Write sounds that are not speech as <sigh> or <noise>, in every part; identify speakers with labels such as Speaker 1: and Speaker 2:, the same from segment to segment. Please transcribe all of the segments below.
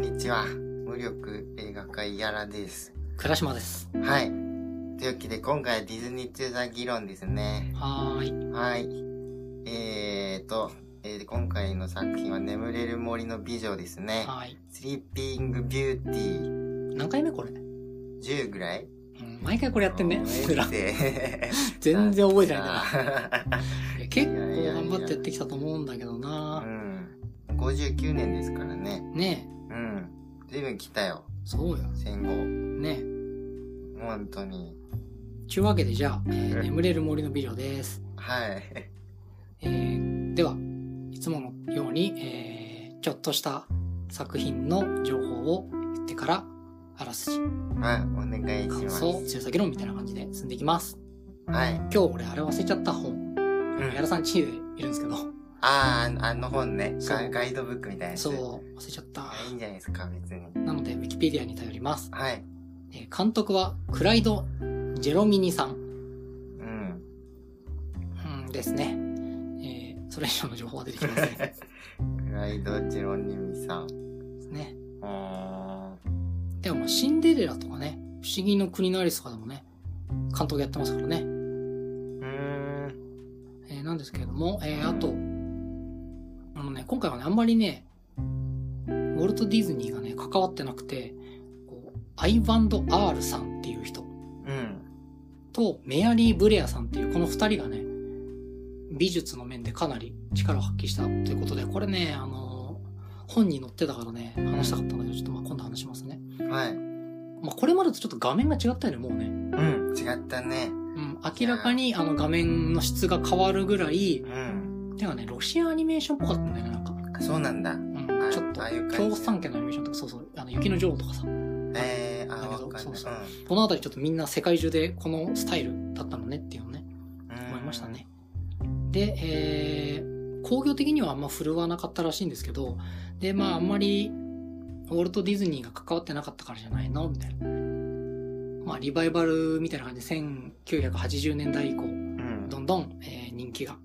Speaker 1: にちは。無力映画会やらです。
Speaker 2: 倉島です。
Speaker 1: はい。というわけで、今回はディズニー中座議論ですね。
Speaker 2: はーい。
Speaker 1: はい。えーと、えー今回の作品は眠れる森の美女ですね。
Speaker 2: はーい。
Speaker 1: スリーピングビューティ
Speaker 2: 何回目これ、う
Speaker 1: ー10ぐらい
Speaker 2: ん毎回これやってんね。
Speaker 1: うん
Speaker 2: 倉
Speaker 1: っ。て
Speaker 2: <laughs> 全然覚えてないんだな。いや結構
Speaker 1: いやいやいや
Speaker 2: 頑張ってやってきたと思うんだけ
Speaker 1: <laughs>
Speaker 2: ど
Speaker 1: う
Speaker 2: な。
Speaker 1: ん。59年ですからね。
Speaker 2: ね
Speaker 1: うん。随分来たよ
Speaker 2: え。。そうよ。
Speaker 1: 戦後。
Speaker 2: ねえ。
Speaker 1: 本当に。
Speaker 2: ちゅうわけでじゃあ、えー
Speaker 1: うん
Speaker 2: 眠れる森の美女です。
Speaker 1: はい。
Speaker 2: えー、では、いつものように、えー、ちょっとした作品の情報を言ってから、あらすじ、
Speaker 1: はい、お願いし
Speaker 2: 感
Speaker 1: ます。
Speaker 2: 想、強さ議論みたいな感じで進んでいきます。
Speaker 1: はい。
Speaker 2: 今日俺あれ忘れちゃった本。
Speaker 1: う
Speaker 2: 矢田
Speaker 1: ん、
Speaker 2: さん家でいるんですけど。
Speaker 1: あーあ、あの本ね。
Speaker 2: そう
Speaker 1: ガガイドブックみたいなやつ。
Speaker 2: そう、忘れちゃった。
Speaker 1: いいんじゃないですか、別に。
Speaker 2: なので、ウィキペディアに頼ります。
Speaker 1: はい。
Speaker 2: えー監督は、クライド・ジェロミニさん、
Speaker 1: うん。
Speaker 2: うん、ですね。えーそれ以上の情報は出てきませんで
Speaker 1: クライド・ジェロニミさん。う
Speaker 2: すね。
Speaker 1: ーん。
Speaker 2: でも、シンデレラとかね、不思議の国のアリスとかでもね、監督やってますから
Speaker 1: う
Speaker 2: ね。
Speaker 1: ーん。
Speaker 2: えーなんですけれども、えーあと、あのね、今回はね、あんまりね、ウォルト・ディズニーがね、関わってなくて、こう、アイバンド・アールさんっていう人
Speaker 1: うん。
Speaker 2: とメアリー・ブレアさんっていうこの二人がね美術の面でかなり力を発揮したということでこれねあの本に載ってたからね話したかったんだけどちょっとまあ今度話しますね、
Speaker 1: はい。
Speaker 2: まあ、これまでとちょっと画面が違ったよねもうね、
Speaker 1: うん。違ったね。
Speaker 2: うん、明らかにあの画面の質が変わるぐらい
Speaker 1: うん。
Speaker 2: てかねロシアアニメーションっぽかったんだよねなんか、
Speaker 1: あそうなんだ。
Speaker 2: うん、ちょっと
Speaker 1: ああいう感じ
Speaker 2: 共産圏のアニメーションとかそうそうあの雪の女王とかさ
Speaker 1: えー、あ
Speaker 2: だけ
Speaker 1: ー、
Speaker 2: ど
Speaker 1: わかん
Speaker 2: そう
Speaker 1: ない。
Speaker 2: そうこの辺りちょっとみんな世界中でこのスタイルだったのねっていうのね
Speaker 1: うん
Speaker 2: 思いました。ね。で、えー、工業的にはあんま振るわなかったらしいんですけど、で、まああんまり、ウォルト・ディズニーが関わってなかったからじゃないのみたいな。まあリバイバルみたいな感じで1980年代以降、
Speaker 1: うん。
Speaker 2: どんどん、えー人気が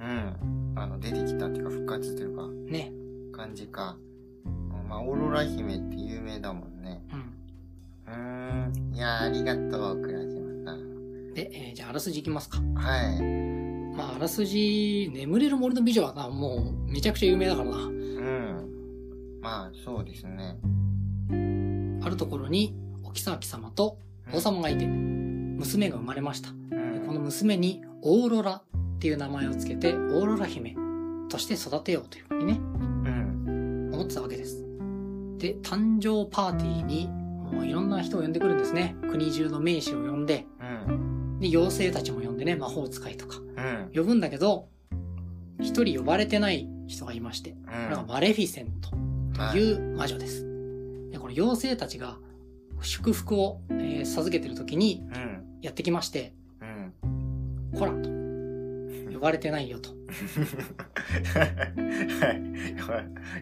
Speaker 1: うん。あの、出てきたっていうか、復活というか、
Speaker 2: ね、
Speaker 1: 感じか。うんまあ、オーロラ姫って有名だもんね。
Speaker 2: うん。
Speaker 1: うーん。いやー、ありがとう、倉島さん。
Speaker 2: で、えーじゃああらすじいきますか。
Speaker 1: はい。
Speaker 2: まああらすじ、眠れる森の美女はな、もうめちゃくちゃ有名だからな。
Speaker 1: うん。まあ、そうですね。
Speaker 2: あるところに、お妃様と王様がいて、娘が生まれました。
Speaker 1: うん
Speaker 2: この娘にオーロラっていう名前をつけてオーロラ姫として育てようというふうにね
Speaker 1: うん。
Speaker 2: 思ってたわけですで誕生パーティーにもういろんな人を呼んでくるんですね国中の名士を呼んで
Speaker 1: うん。
Speaker 2: で妖精たちも呼んでね魔法使いとか
Speaker 1: うん。
Speaker 2: 呼ぶんだけど一人呼ばれてない人がいましてこ
Speaker 1: うん。
Speaker 2: れはマレフィセントという魔女ですでこの妖精たちが祝福を、えー授けてる時に
Speaker 1: うん。
Speaker 2: やってきまして
Speaker 1: うん。
Speaker 2: 「コラ」と呼ばれてないよと
Speaker 1: はい。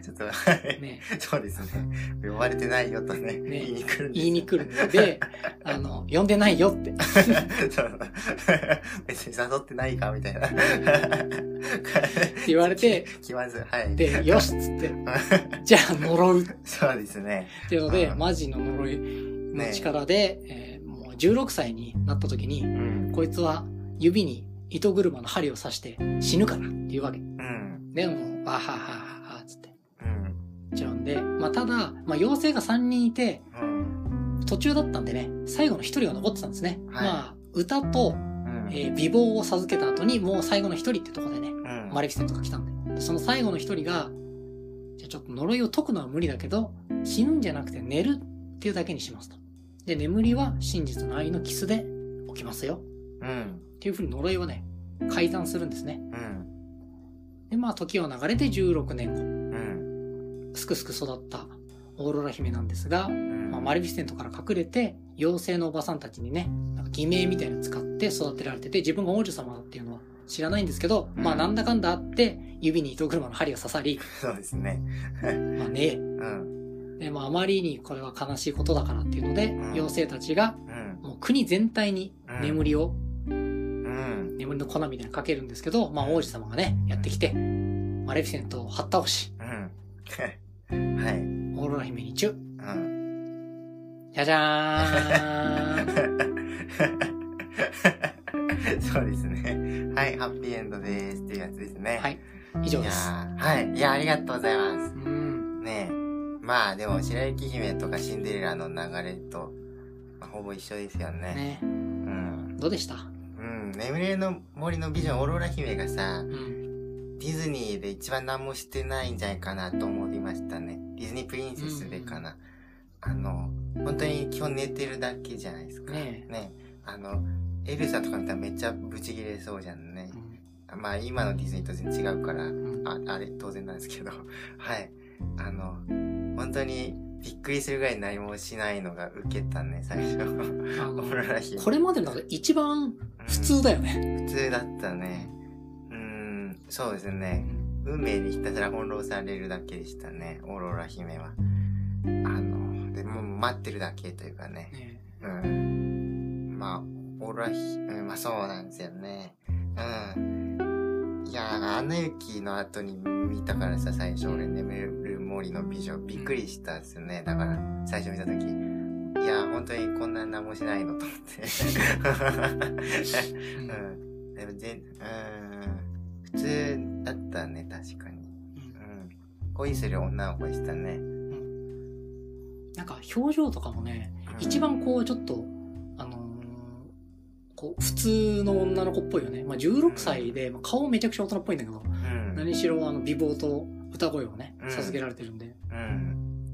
Speaker 1: ちょっと、はい。
Speaker 2: ね
Speaker 1: そうですね。呼ばれてないよとね、
Speaker 2: ね
Speaker 1: 言いに来るんです
Speaker 2: 言いに来るの
Speaker 1: <laughs>
Speaker 2: で、あの、呼んでないよって。
Speaker 1: そう別に誘ってないか、みたいな。
Speaker 2: 言われて、
Speaker 1: 来ます。はい。
Speaker 2: で、よしっつって、じゃあ呪うっ
Speaker 1: そうですね。
Speaker 2: ていうので、
Speaker 1: うん
Speaker 2: マジの呪いの力で、えーもう16歳になった時に
Speaker 1: う、ん。
Speaker 2: こいつは指に糸車の針を刺して死ぬからっていうわけ。
Speaker 1: うん。
Speaker 2: でも、わはははは、つって。
Speaker 1: うん。
Speaker 2: ちゃうんで、まあ、ただ、まあ、妖精が3人いて、
Speaker 1: うん。
Speaker 2: 途中だったんでね、最後の1人が残ってたんですね。
Speaker 1: はい
Speaker 2: まあ、歌と、
Speaker 1: うん。
Speaker 2: えー美貌を授けた後に、もう最後の1人ってとこでね、
Speaker 1: うん。
Speaker 2: マレフィセントが来たんで。でその最後の一人が、じゃあちょっと呪いを解くのは無理だけど、死ぬんじゃなくて寝るっていうだけにしますと。で、眠りは真実の愛のキスで起きますよ。
Speaker 1: うん。
Speaker 2: っていうふうに呪いをね、改ざんするんですね。
Speaker 1: うん。
Speaker 2: で、まあ時は流れて16年
Speaker 1: うん。
Speaker 2: 後、すくすく育ったオーロラ姫なんですが、
Speaker 1: うん。
Speaker 2: まあ、マレフィセントから隠れて、妖精のおばさんたちにね、なんか偽名みたいなの使って育てられてて、自分が王女様だっていうのは知らないんですけど、まあなんだかんだあって、指に糸車の針が刺さり、
Speaker 1: <laughs> そうですね。
Speaker 2: まあね、
Speaker 1: うん。
Speaker 2: でもあまりにこれは悲しいことだからっていうので、
Speaker 1: ん
Speaker 2: 妖精たちが
Speaker 1: うん。
Speaker 2: もう国全体に眠りを、
Speaker 1: うん。
Speaker 2: 眠りの粉みたいなのかけるんですけど、まあ王子様がね、やってきて、マレフィセントをはったおし、
Speaker 1: <laughs> うん。はい。
Speaker 2: 王オーロラ姫にチュ
Speaker 1: うん。 <laughs>
Speaker 2: じゃじゃーん
Speaker 1: そうですね。はい、ハッピーエンドですっていうやつですね。。
Speaker 2: はいい以上
Speaker 1: い
Speaker 2: で
Speaker 1: や
Speaker 2: す
Speaker 1: ーはい。いや、ありがとうございます
Speaker 2: う。ん
Speaker 1: ねえ。まあ、でも、白雪姫とかシンデレラの流れと、まあほぼ一緒ですよね。
Speaker 2: ね
Speaker 1: うん。
Speaker 2: どうでした
Speaker 1: うん。眠れるの森のビジョン、オーロラ姫がさ
Speaker 2: う、ん
Speaker 1: ディズニーで一番何もしてないんじゃないかなと思いましたね。ディズニープリンセスでかな。あの、本当に基本寝てるだけじゃないですか。
Speaker 2: ね
Speaker 1: あの、エルサとか見たらめっちゃブチギレそうじゃんね。まあ今のディズニーと全然違うから、
Speaker 2: うん
Speaker 1: ああれ当然なんですけど、 <laughs> はい。あの、本当にびっくりするぐらい何もしないのがウケたね、最初。 <laughs>
Speaker 2: あ
Speaker 1: オ
Speaker 2: の
Speaker 1: ーロラ姫。
Speaker 2: これまでの中で一番
Speaker 1: うん
Speaker 2: 普通だよね
Speaker 1: 普通だったね。うん、そうですね。運命にひたすら翻弄されるだけでしたね、オーロラ姫は。あの、でもう待ってるだけというかね。う
Speaker 2: ね
Speaker 1: ん。まあ、オーロラ姫、うんまあそうなんですよね。うん。いやー、アナ雪の後に見たからさ、最初俺、眠る森の美女、びっくりしたですね。だから、最初見たとき。いやー、本当にこんな何もしないのと思って。
Speaker 2: うん
Speaker 1: うん。でも全、うん。普通だったね、確かに。うん。恋する女の子でしたね。
Speaker 2: なんか表情とかもね一番こうちょっとあのーこう普通の女の子っぽいよね、まあ、16歳で、まあ、顔めちゃくちゃ大人っぽいんだけ
Speaker 1: う
Speaker 2: ど
Speaker 1: ん。
Speaker 2: 何しろあの美貌と歌声をね
Speaker 1: うん
Speaker 2: 授けられてるんで、
Speaker 1: う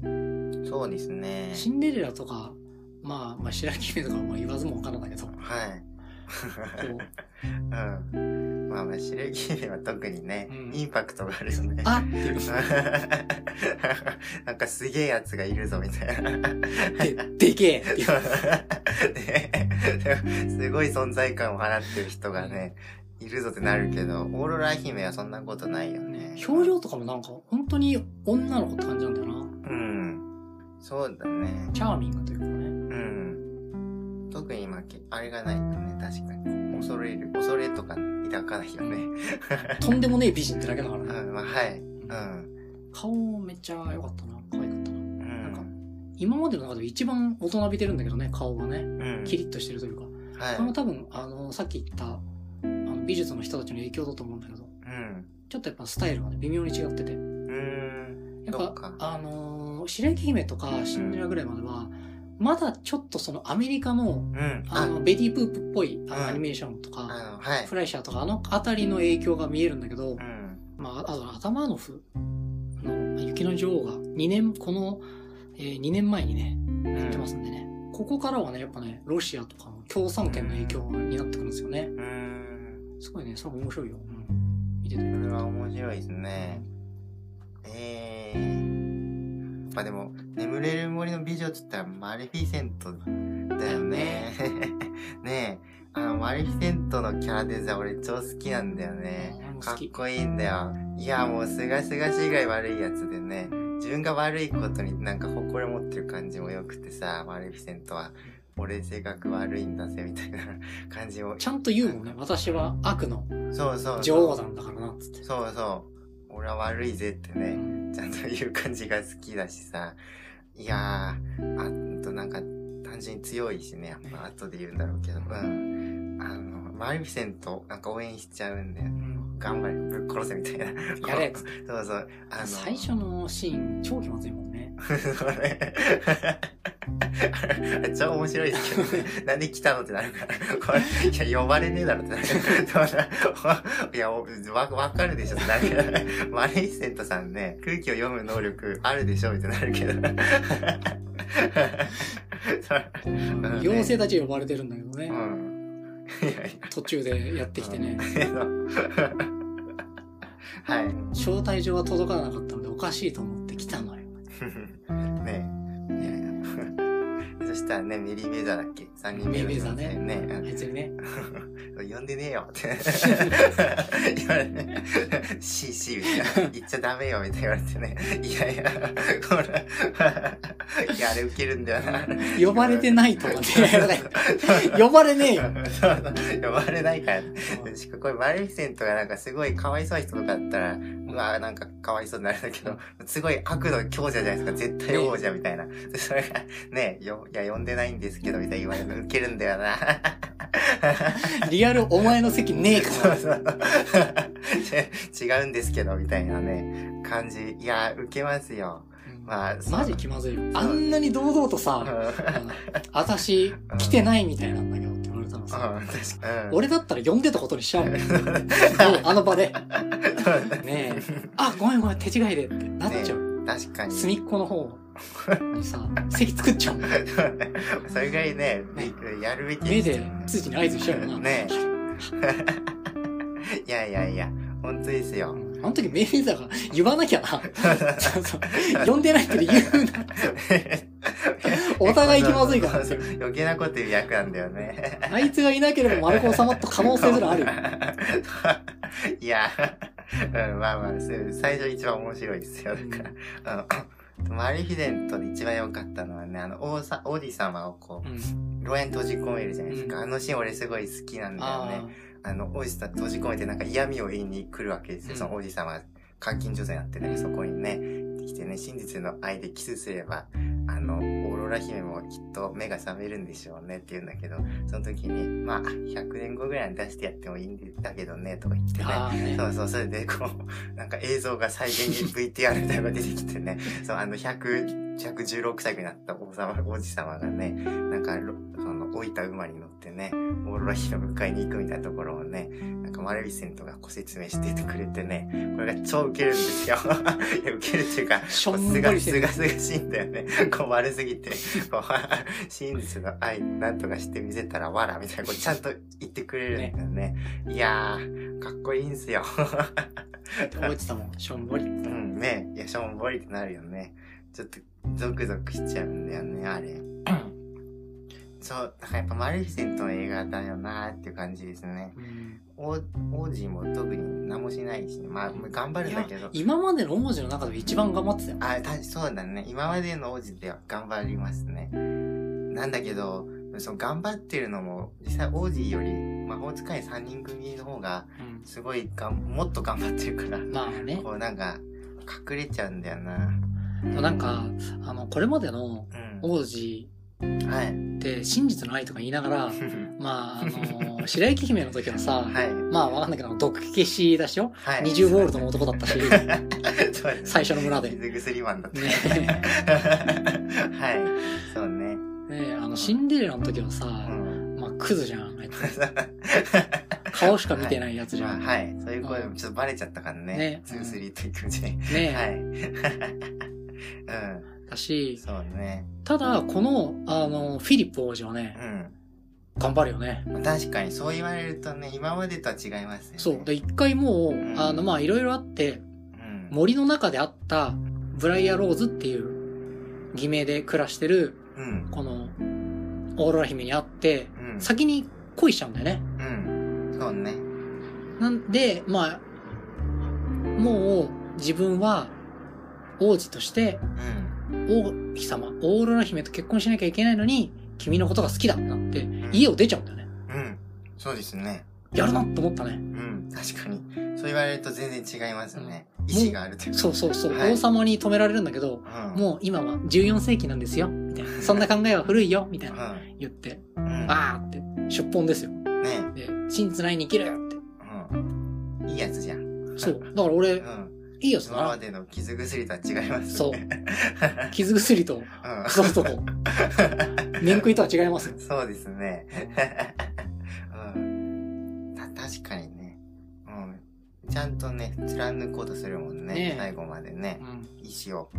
Speaker 1: ん。そうですね。
Speaker 2: シンデレラとか、まあ、まあ白雪姫とかはまあ言わずもわからないけどこ
Speaker 1: はい。
Speaker 2: う
Speaker 1: うん。まあまあ、白雪姫は特にね、
Speaker 2: うん
Speaker 1: インパクトがあるよね。
Speaker 2: あっていう
Speaker 1: <laughs> なんかすげえやつがいるぞ、みたいな。
Speaker 2: ででけえっていう
Speaker 1: <laughs> ねすごい存在感を放ってる人がね、いるぞってなるけど、オーロラ姫はそんなことないよね。
Speaker 2: 表情とかもなんか本当に女の子って感じなんだよな
Speaker 1: うん。そうだね。
Speaker 2: チャーミングというかね
Speaker 1: うん。特に今、けあれがないよね、確かに。恐れる、恐れとか抱かないよね。
Speaker 2: とんでもねえ美人ってだけだから
Speaker 1: う
Speaker 2: ね、
Speaker 1: ん、まあ、はい。うん。
Speaker 2: 顔めっちゃ良かったな可愛かったな
Speaker 1: う
Speaker 2: なんか
Speaker 1: ん。
Speaker 2: 今までの中で一番大人びてるんだけどね顔がね
Speaker 1: うん。
Speaker 2: キリッとしてるというか、
Speaker 1: はい
Speaker 2: これ。も多分あのさっき言ったあの美術の人たちの影響だと思うんだけど
Speaker 1: うん。
Speaker 2: ちょっとやっぱスタイルがね微妙に違ってて
Speaker 1: うん。
Speaker 2: やっ
Speaker 1: そ
Speaker 2: ぱ
Speaker 1: っか
Speaker 2: あのー白雪姫とかシンデレラぐらいまでは、まだちょっとそのアメリカの
Speaker 1: うん。
Speaker 2: あ
Speaker 1: あ、
Speaker 2: のベティ・プープっぽいあ
Speaker 1: うん
Speaker 2: のアニメーションと
Speaker 1: あ
Speaker 2: か、
Speaker 1: の、はい
Speaker 2: フ。ライシャーとかあの辺りの影響が見えるんだけど、
Speaker 1: うん。
Speaker 2: まあ、あとアダマーノフの雪の女王が2年この、え2年前にね
Speaker 1: うん
Speaker 2: やってますんでね、ここからはねやっぱねロシアとかの共産圏の影響になってくるんですよね
Speaker 1: うん。
Speaker 2: すごいねそれも面白いよ、うん見てて
Speaker 1: これは面白いですね。えー。まあでも、眠れる森の美女って言ったらマレフィセントだよね。 <laughs> ねえ。あの、マレフィセントのキャラデザイン俺超好きなんだよね。
Speaker 2: うん
Speaker 1: か
Speaker 2: 好
Speaker 1: っ
Speaker 2: き
Speaker 1: こいいんだよ。いや、もうすがすがしいぐらい悪いやつでね。自分が悪いことになんか誇り持ってる感じも良くてさ、マレフィセントは。俺性格悪いんだぜ、みたいな感じも。
Speaker 2: ちゃんと言うもんね私は悪の
Speaker 1: そうそうそう。
Speaker 2: 女王なんだからなっつって
Speaker 1: そうそう。俺は悪いぜってね、ちゃんと言う感じが好きだしさ。いやー、あとなんか、単純に強いしね、やっぱ後で言うんだろうけど、うん。あの、マルフィセント、なんか応援しちゃうんだよね。頑張れ、ぶっ殺せみたいな。
Speaker 2: やれっつっ
Speaker 1: <laughs>
Speaker 2: て
Speaker 1: そうそう。あの、
Speaker 2: 最初のシーン超気まずいもんね
Speaker 1: それ。超面白いですけどね。なんで来たのってなるから。これ、いや、呼ばれねえだろってなる。そうだいや、おわ、わかるでしょってなるけど。マレイセントさんね、空気を読む能力あるでしょってなるけど。そうね
Speaker 2: 妖精たち呼ばれてるんだけどね、
Speaker 1: うん。いやいや。
Speaker 2: 途中でやってき
Speaker 1: <laughs>
Speaker 2: てね、
Speaker 1: はい。
Speaker 2: 招待状が届かなかったのでおかしいと思って来たのよ
Speaker 1: <laughs> ねえ。いやいや <laughs> そしたらね、メリーベザーだっけ ?3 人目の
Speaker 2: メリーベザーね
Speaker 1: 女性ね
Speaker 2: 別にね
Speaker 1: うん。呼んでねえよ
Speaker 2: <laughs>
Speaker 1: って。言われて、シーシーみたいな。言っちゃダメよみたいな言われてね。いやいや、これ、いや、あれウケるんだよな。
Speaker 2: 呼ばれてないとかね
Speaker 1: <laughs>
Speaker 2: 呼ばれねえよ
Speaker 1: そうそう呼ばれないから。しかもこれ、マレフィセントがなんかすごいかわいそうな人とかだったら、うわなんかかわいそうになるんだけど、すごい悪の強者じゃないですか、絶対王者みたいな。でそれが、ね、よ、いや、呼んでないんですけど、みたいな言われるの受けるんだよな。 <laughs>
Speaker 2: リアルお前の席ねえか
Speaker 1: そう
Speaker 2: ら。
Speaker 1: そう。ち違うんですけど、みたいなね、感じ。いや、受けますよ。 <laughs> まあ、そう
Speaker 2: マジ気まずいよ。あんなに堂々
Speaker 1: うん。
Speaker 2: と
Speaker 1: う
Speaker 2: さ、
Speaker 1: ん
Speaker 2: あたし来てないみたいなんだけどって言われたら
Speaker 1: 確
Speaker 2: さ、
Speaker 1: かに。
Speaker 2: 俺だったら呼んでたことにしちゃう
Speaker 1: <laughs>
Speaker 2: もん。もう
Speaker 1: うん、
Speaker 2: あの場で。
Speaker 1: そうだ
Speaker 2: ねえ、あ、ごめんごめん、手違いでってなっちゃう。
Speaker 1: 確かに。
Speaker 2: 隅っこの方
Speaker 1: <laughs>
Speaker 2: にさ、席作っちゃうもん。
Speaker 1: それぐらいね、びやるべき
Speaker 2: 目
Speaker 1: すよ
Speaker 2: で
Speaker 1: ね
Speaker 2: 通知に合図しちゃうよな。
Speaker 1: ねいやいやいや、本当ですよ。
Speaker 2: あの時メーザーが言わなきゃな。そうそう呼んでないけど言
Speaker 1: <laughs>
Speaker 2: うな。お互い気まずいからですよ。
Speaker 1: 余計なこと言う役なんだよね。
Speaker 2: あいつがいなければ丸く収まった可能性すらあるよ。
Speaker 1: <laughs> いや、うん、まあまあ、そう最初一番面白いですよ。だから、あの、マルフィデントで一番良かったのはね、あの、王さ、王子様をこ
Speaker 2: うん。
Speaker 1: う、牢屋に閉じ込めるじゃないですか。
Speaker 2: うん
Speaker 1: あのシーン俺すごい好きなんだよね
Speaker 2: あ。
Speaker 1: あの、王子さん閉じ込めてなんか嫌味を言いに来るわけですよ。
Speaker 2: うん
Speaker 1: その王子様、監禁所になってね、そこにね、来てね、真実の愛でキスすれば、あの、オーロラ姫もきっと目が覚めるんでしょうねって言うんだけど、その時に、まあ、100年後ぐらいに出してやってもいいんだけどね、とか言って
Speaker 2: あ。
Speaker 1: ね。
Speaker 2: ああね
Speaker 1: そ。うそう、それでこう、 <laughs> なんか映像が再現に VTR みたいなのが出てきてね、そう、あの、100、116歳になった王様、王子様がね、なんか、ろその、老いた馬に乗ってね、オーロラ姫を迎えに行くみたいなところをね、なんかマレビセントがご説明しててくれてね、これが超ウケるんですよ。 <laughs> いや、ウケるっていうか、
Speaker 2: し
Speaker 1: こ
Speaker 2: ょ
Speaker 1: うんす
Speaker 2: ぼ
Speaker 1: が、
Speaker 2: りして
Speaker 1: す
Speaker 2: る
Speaker 1: が。すがしいんだよね。こう丸すぎて、こう、真実の愛、なんとかしてみせたらわら、みたいな、こうちゃんと言ってくれるんだよね。いやー、かっこいいんすよ。
Speaker 2: 覚えてたもん、しょんぼり。
Speaker 1: うんね、いや、しょんぼりってなるよね。ちょっと、ゾクゾクしちゃうんだよね、あれ。そう、だからやっぱマルフィセントの映画だよなーっていう感じですね。
Speaker 2: うん
Speaker 1: 王王子も特に何もしないしね、まあ、頑張るんだけど。
Speaker 2: 今までの文字の中で一番頑張ってたよ。
Speaker 1: あ、たそうだね。今までの王子では頑張りますね。なんだけど、その頑張ってるのも、実際王子より魔法使い3人組の方が、
Speaker 2: うん
Speaker 1: すごいがん、もっと頑張ってるから、
Speaker 2: まあね。
Speaker 1: こうなんか、隠れちゃうんだよな。
Speaker 2: なんか、あの、これまでの
Speaker 1: うん。
Speaker 2: 王子
Speaker 1: はい。
Speaker 2: って真実の愛とか言いな
Speaker 1: <laughs>
Speaker 2: がら、まあ、あの、白雪姫の時はさ、
Speaker 1: はい。
Speaker 2: まあわかんないけど、毒消しだしよ。
Speaker 1: はい。
Speaker 2: 二重ゴールドの男だったし、ね。
Speaker 1: <laughs> そうですね
Speaker 2: 最初の村で
Speaker 1: 水薬マンだった。
Speaker 2: ね
Speaker 1: <laughs> はい。そうね。
Speaker 2: えあの、シンデレラの時はさ、 <laughs>
Speaker 1: うん。
Speaker 2: まあ、クズじゃん、あいつ。顔しか見てないやつじゃ
Speaker 1: まあ、
Speaker 2: ん。
Speaker 1: はい。そういう声
Speaker 2: う、ん
Speaker 1: ちょっとバレちゃったからね
Speaker 2: ね。
Speaker 1: ツースリーと行くうちに。
Speaker 2: ねえ、
Speaker 1: はい。 <laughs> うん。
Speaker 2: だし、
Speaker 1: そうね。
Speaker 2: ただ、この、あの、フィリップ王子はね、
Speaker 1: う
Speaker 2: 頑張るよね。
Speaker 1: ん。確かに、そう言われるとね、今までとは違いますよね。
Speaker 2: そう。で、一回も
Speaker 1: ん
Speaker 2: う、あの、まあ、いろいろあって、
Speaker 1: うん。
Speaker 2: 森の中であった、ブライア・ローズっていう、偽名で暮らしてる、
Speaker 1: うん。
Speaker 2: この、オーロラ姫に会って、
Speaker 1: うん。
Speaker 2: 先に恋しちゃうんだよね。
Speaker 1: うん。そうね。
Speaker 2: なんで、まあ、もう、自分は、王子として、
Speaker 1: うん。
Speaker 2: 王妃様、オーロラ姫と結婚しなきゃいけないのに、君のことが好きだってなって、家を出ちゃうんだよね。
Speaker 1: うん。そうですね。
Speaker 2: やるなって思ったね
Speaker 1: う。ん。確かに。そう言われると全然違いますね。意志があるというか。
Speaker 2: そうそうそう、
Speaker 1: はい
Speaker 2: 王様に止められるんだけど、
Speaker 1: うん。
Speaker 2: もう今は14世紀なんですよ、みたいな。そんな考えは古いよ、みたいな。言って、
Speaker 1: うん。うん。
Speaker 2: あーって、出本ですよ。
Speaker 1: ね
Speaker 2: で、真実ないに生きろよって。
Speaker 1: うん。いいやつじゃん。
Speaker 2: そう。だから
Speaker 1: う、
Speaker 2: 俺
Speaker 1: ん。
Speaker 2: いいやつ
Speaker 1: 今ま
Speaker 2: だな。
Speaker 1: での傷薬とは違いますね。
Speaker 2: そう
Speaker 1: う。
Speaker 2: 傷薬と、
Speaker 1: <laughs> ん。
Speaker 2: クソ男。面食いとは違いますよ。
Speaker 1: <laughs> そうですね。 <laughs> うん。た、確かにね。うん。ちゃんとね、貫こうとするもんね。
Speaker 2: ねえ
Speaker 1: 最後まで
Speaker 2: う
Speaker 1: ね。
Speaker 2: ん。
Speaker 1: 意志を。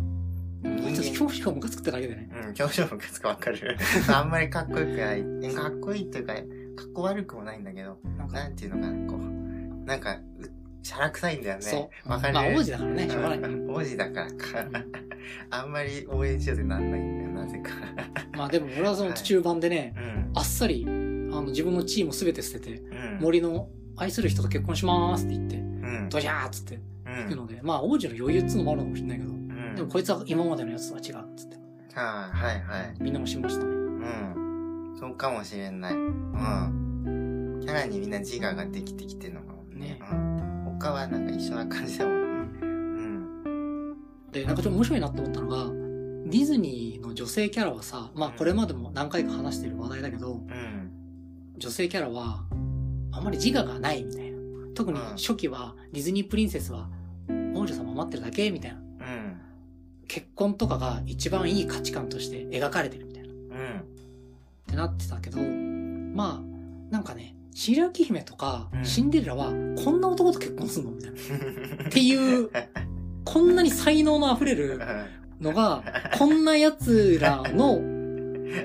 Speaker 2: ちょっと恐怖がムカつくってだけでね。
Speaker 1: うん、表情もかつかわかる。 <laughs> あんまりかっこよくない。えかっこいいというか、かっこ悪くもないんだけど、
Speaker 2: なんか
Speaker 1: なんていうのかな、こう。なんか、うしゃらくさいんだよね。
Speaker 2: そう。
Speaker 1: わかる。
Speaker 2: まあ王子だからね、しょうがない。
Speaker 1: うん <laughs> 王子だからか。 <laughs> あんまり応援しようってなんないんだよ、なぜか。 <laughs>
Speaker 2: まあでも俺はその中盤でね、
Speaker 1: うん。
Speaker 2: あっさり、あの自分の地位も全て捨てて、
Speaker 1: うん。
Speaker 2: 森の愛する人と結婚しまーすって言って、
Speaker 1: うん。
Speaker 2: ドジャーっつって
Speaker 1: うん
Speaker 2: 行くので、まあ王子の余裕っつうのもあるのかもしれないけど、
Speaker 1: うん
Speaker 2: でもこいつは今までのやつとは違うっつって、
Speaker 1: はいはいはい。
Speaker 2: みんなもしましたね。
Speaker 1: うん。そうかもしれない。うん。キャラにみんな自我ができてきてるのかもね。
Speaker 2: ね
Speaker 1: うん。他はなんか一緒な感じだもんね。
Speaker 2: でなんかちょっと面白いなと思ったのがディズニーの女性キャラはさまあこれまでも何回か話してる話題だけど
Speaker 1: うん。
Speaker 2: 女性キャラはあんまり自我がないみたいな特に初期はディズニープリンセスは王女様待ってるだけみたいな
Speaker 1: うん。
Speaker 2: 結婚とかが一番いい価値観として描かれてるみたいなっ
Speaker 1: うん。
Speaker 2: てなってたけどまあなんかね白雪姫とか
Speaker 1: うん
Speaker 2: シンデレラはこんな男と結婚するのみたいな。っていうこんなに才能のあふれるのがこんな奴らの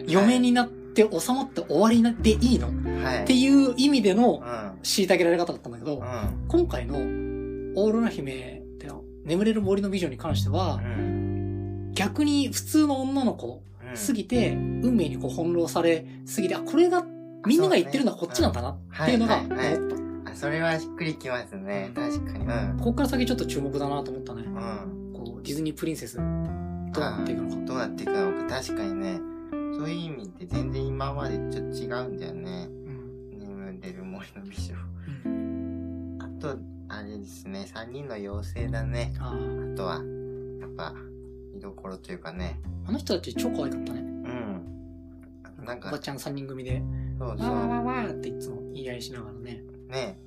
Speaker 2: 嫁になって収まって終わりでいいのっ
Speaker 1: はい。
Speaker 2: ていう意味での
Speaker 1: うん。
Speaker 2: 虐げられ方だったんだけど
Speaker 1: うん。
Speaker 2: 今回のオーロラ姫での眠れる森の美女に関しては
Speaker 1: うん。
Speaker 2: 逆に普通の女の子
Speaker 1: うん
Speaker 2: すぎて、運命にこう翻弄されすぎて、あ、これが、みんなが言ってるのはこっちなんだなっていうのが、
Speaker 1: は
Speaker 2: 思
Speaker 1: い
Speaker 2: っ
Speaker 1: はいはい
Speaker 2: た。
Speaker 1: あ、それはしっくりきますね。確かに。うん。
Speaker 2: ここから先ちょっと注目だなと思ったね。
Speaker 1: うん。
Speaker 2: こう、ディズニープリンセス、どうなっていくのか。
Speaker 1: どうなっていくのか確かにね。そういう意味で全然今までちょっと違うんだよね。
Speaker 2: うん
Speaker 1: 眠んでる森の美女。あと、あれですね。3人の妖精だね。
Speaker 2: あー
Speaker 1: あとは、やっぱ、見どころというかね。
Speaker 2: あの人たち超可愛かったね。
Speaker 1: うん。なん
Speaker 2: お
Speaker 1: か
Speaker 2: ば、ちゃん3人組で、
Speaker 1: そう
Speaker 2: わー
Speaker 1: そ
Speaker 2: わー
Speaker 1: う。
Speaker 2: わーわーっていつも言い合いしながらね。
Speaker 1: ね。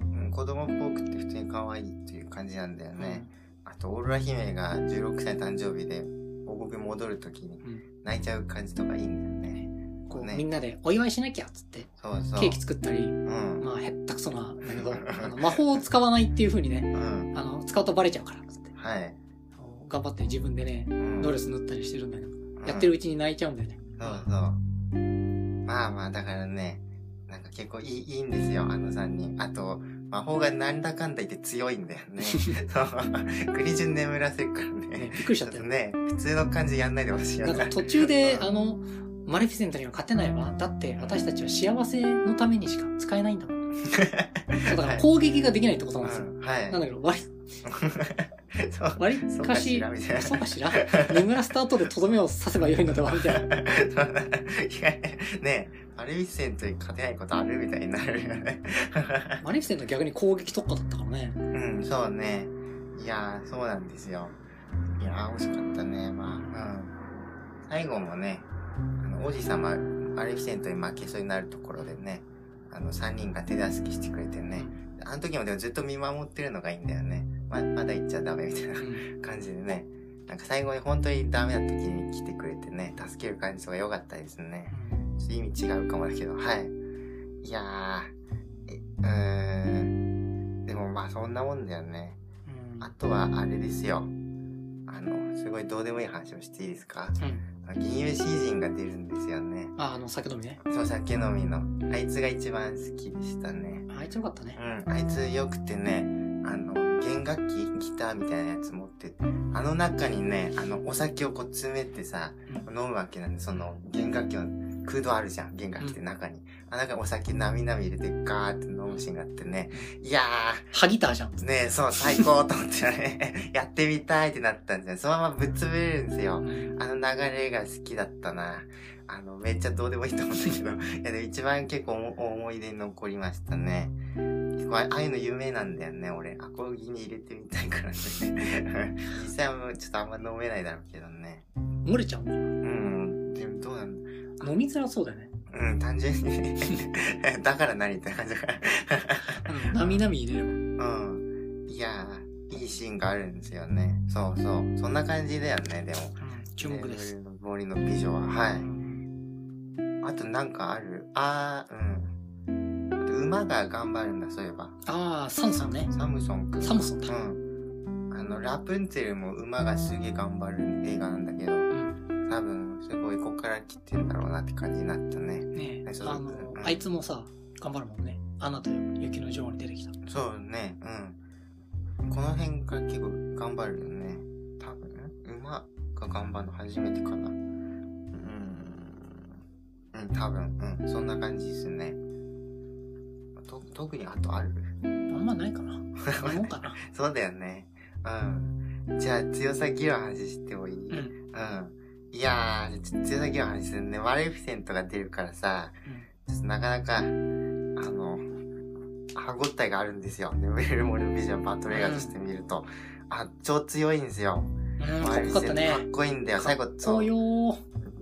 Speaker 1: うん子供っぽくて普通に可愛いっていう感じなんだよね。あと、オーロラ姫が16歳誕生日で、王国に戻るときに
Speaker 2: うん
Speaker 1: 泣いちゃう感じとかいいんだよね。
Speaker 2: うん。こう、
Speaker 1: ね
Speaker 2: みんなでお祝いしなきゃっつって、
Speaker 1: そうそう。
Speaker 2: ケーキ作ったり、
Speaker 1: うん。
Speaker 2: まあ、へったくそな、だけ
Speaker 1: <laughs>
Speaker 2: ど、あの魔法を使わないっていう風にね、
Speaker 1: うん。
Speaker 2: あの、使うとバレちゃうからっつって、
Speaker 1: はい。
Speaker 2: あの頑張って自分でね、
Speaker 1: うん
Speaker 2: ドレス塗ったりしてるんだけど、やってるうちに泣いちゃうんだよね。
Speaker 1: うんそうそう。まあまあ、だからね、なんか結構いい、いいんですよ、あの3人。あと、魔法がなんだかんだ言って強いんだよね。そう。国中眠らせるから
Speaker 2: ね
Speaker 1: ね。
Speaker 2: びっくり
Speaker 1: ち
Speaker 2: しちゃ
Speaker 1: ょっ
Speaker 2: った
Speaker 1: と <laughs>
Speaker 2: よ。
Speaker 1: ね、普通の感じやんないでほしいよ
Speaker 2: な
Speaker 1: ね。
Speaker 2: んか途中で、
Speaker 1: <laughs> うん
Speaker 2: あの、マレフィセントには勝てないわ。だって私たちは幸せのためにしか使えないんだもん。そうだから攻撃ができないってことなんですよ。
Speaker 1: うんはい。
Speaker 2: なんだけど、
Speaker 1: <laughs>
Speaker 2: 割、
Speaker 1: そう。
Speaker 2: 割り
Speaker 1: そう
Speaker 2: か
Speaker 1: かし
Speaker 2: し
Speaker 1: ら、みたいな。
Speaker 2: そうかしら眠らせた後でとどめを刺せばよいのではみ
Speaker 1: <laughs>
Speaker 2: たいな。
Speaker 1: いやねえ、アルビッセントに勝てないことあるみたいになるよね。
Speaker 2: マレフィセントは逆に攻撃特化だったからね。
Speaker 1: うん、そうね。いやー、そうなんですよ。いやー、惜しかったね。まあ、うん。最後もね、あの、王子様、アルビッセントに負けそうになるところでね、あの、3人が手助けしてくれてね。あの時もでもずっと見守ってるのがいいんだよね。ま、まだ行っちゃダメみたいな
Speaker 2: う。ん
Speaker 1: 感じでねなんか最後に本当にダメだった時に来てくれてね助ける感じとか良かったですねちょっと意味違うかもだけどはいいやーえうーんでもまあそんなもんだよね
Speaker 2: うん
Speaker 1: あとはあれですよあのすごいどうでもいい話をしていいですか
Speaker 2: うん
Speaker 1: 銀融詩人が出るんですよね
Speaker 2: あ、あの、酒飲みね。
Speaker 1: そう酒飲みのあいつが一番好きでしたね
Speaker 2: あいつよかったね。
Speaker 1: うんあいつよくてねあの弦楽器ギターみたいなやつ持ってあの中にねあのお酒をこう詰めてさ飲むわけなんでその弦楽器の空洞あるじゃん弦楽器って中に、あ中にお酒なみなみ入れてガーって飲むシーンがあってねいや
Speaker 2: ハギターじゃん。
Speaker 1: ーねそう最高と思ってね <laughs> やってみたいってなったんですよそのままぶっ潰れるんですよ
Speaker 2: うん
Speaker 1: あの流れが好きだったな。あの、めっちゃどうでもいいと思うんだけど、 <laughs> いやでも一番結構お思い出に残りましたね。結構あああいうの有名なんだよね、俺。アコギに入れてみたいからね。 <laughs> 実際はもうちょっとあんま飲めないだろうけどね。
Speaker 2: 漏れちゃうの
Speaker 1: うん、でもどうなんだ
Speaker 2: 飲みづらそうだよね。
Speaker 1: うん、単純に。 <laughs> だから何って感じだから。
Speaker 2: うんなみなみ入れれば。
Speaker 1: うん。いやー、いいシーンがあるんですよね。そうそう。そんな感じだよね、でも。
Speaker 2: うん注目です。
Speaker 1: ね。森の美女は。はい。
Speaker 2: うん
Speaker 1: あとなんかあるあー、うん。あと馬が頑張るんだ、そういえば。
Speaker 2: ああ、サムさんね。
Speaker 1: サムソンくん。
Speaker 2: サムソンだ
Speaker 1: うん。あの、ラプンツェルも馬がすげえ頑張る映画なんだけど、
Speaker 2: うん
Speaker 1: 多分、すごいこっから来てんだろうなって感じになったね。
Speaker 2: ねえ
Speaker 1: はいそう
Speaker 2: あの
Speaker 1: うん
Speaker 2: あいつもさ頑張るもんねアナと雪の女王に出てきた
Speaker 1: そうね、うん。この辺から結構頑張るよね。多分、馬が頑張るの初めてかな。うん。うん、多分、うん。そんな感じですね。と、特にあとある
Speaker 2: あんまない
Speaker 1: <laughs>
Speaker 2: かなこんなもんかな
Speaker 1: そうだよね。うん。じゃあ、強さ議論の話してもいい、
Speaker 2: うん、うん
Speaker 1: いやー、ちょ強さ議論の話するね。マレフィセントが出るからさ、ちょっとなかなか、あの、歯応えがあるんですよ。眠れる森のビジョンバトル映画として見ると。あ、超強いんですよ。
Speaker 2: うんうん、か
Speaker 1: マ
Speaker 2: っ
Speaker 1: イ
Speaker 2: こ
Speaker 1: ル
Speaker 2: よか
Speaker 1: ズ
Speaker 2: っ
Speaker 1: か
Speaker 2: たね
Speaker 1: っこいいんだよ。最後、
Speaker 2: そ
Speaker 1: そうう。
Speaker 2: よー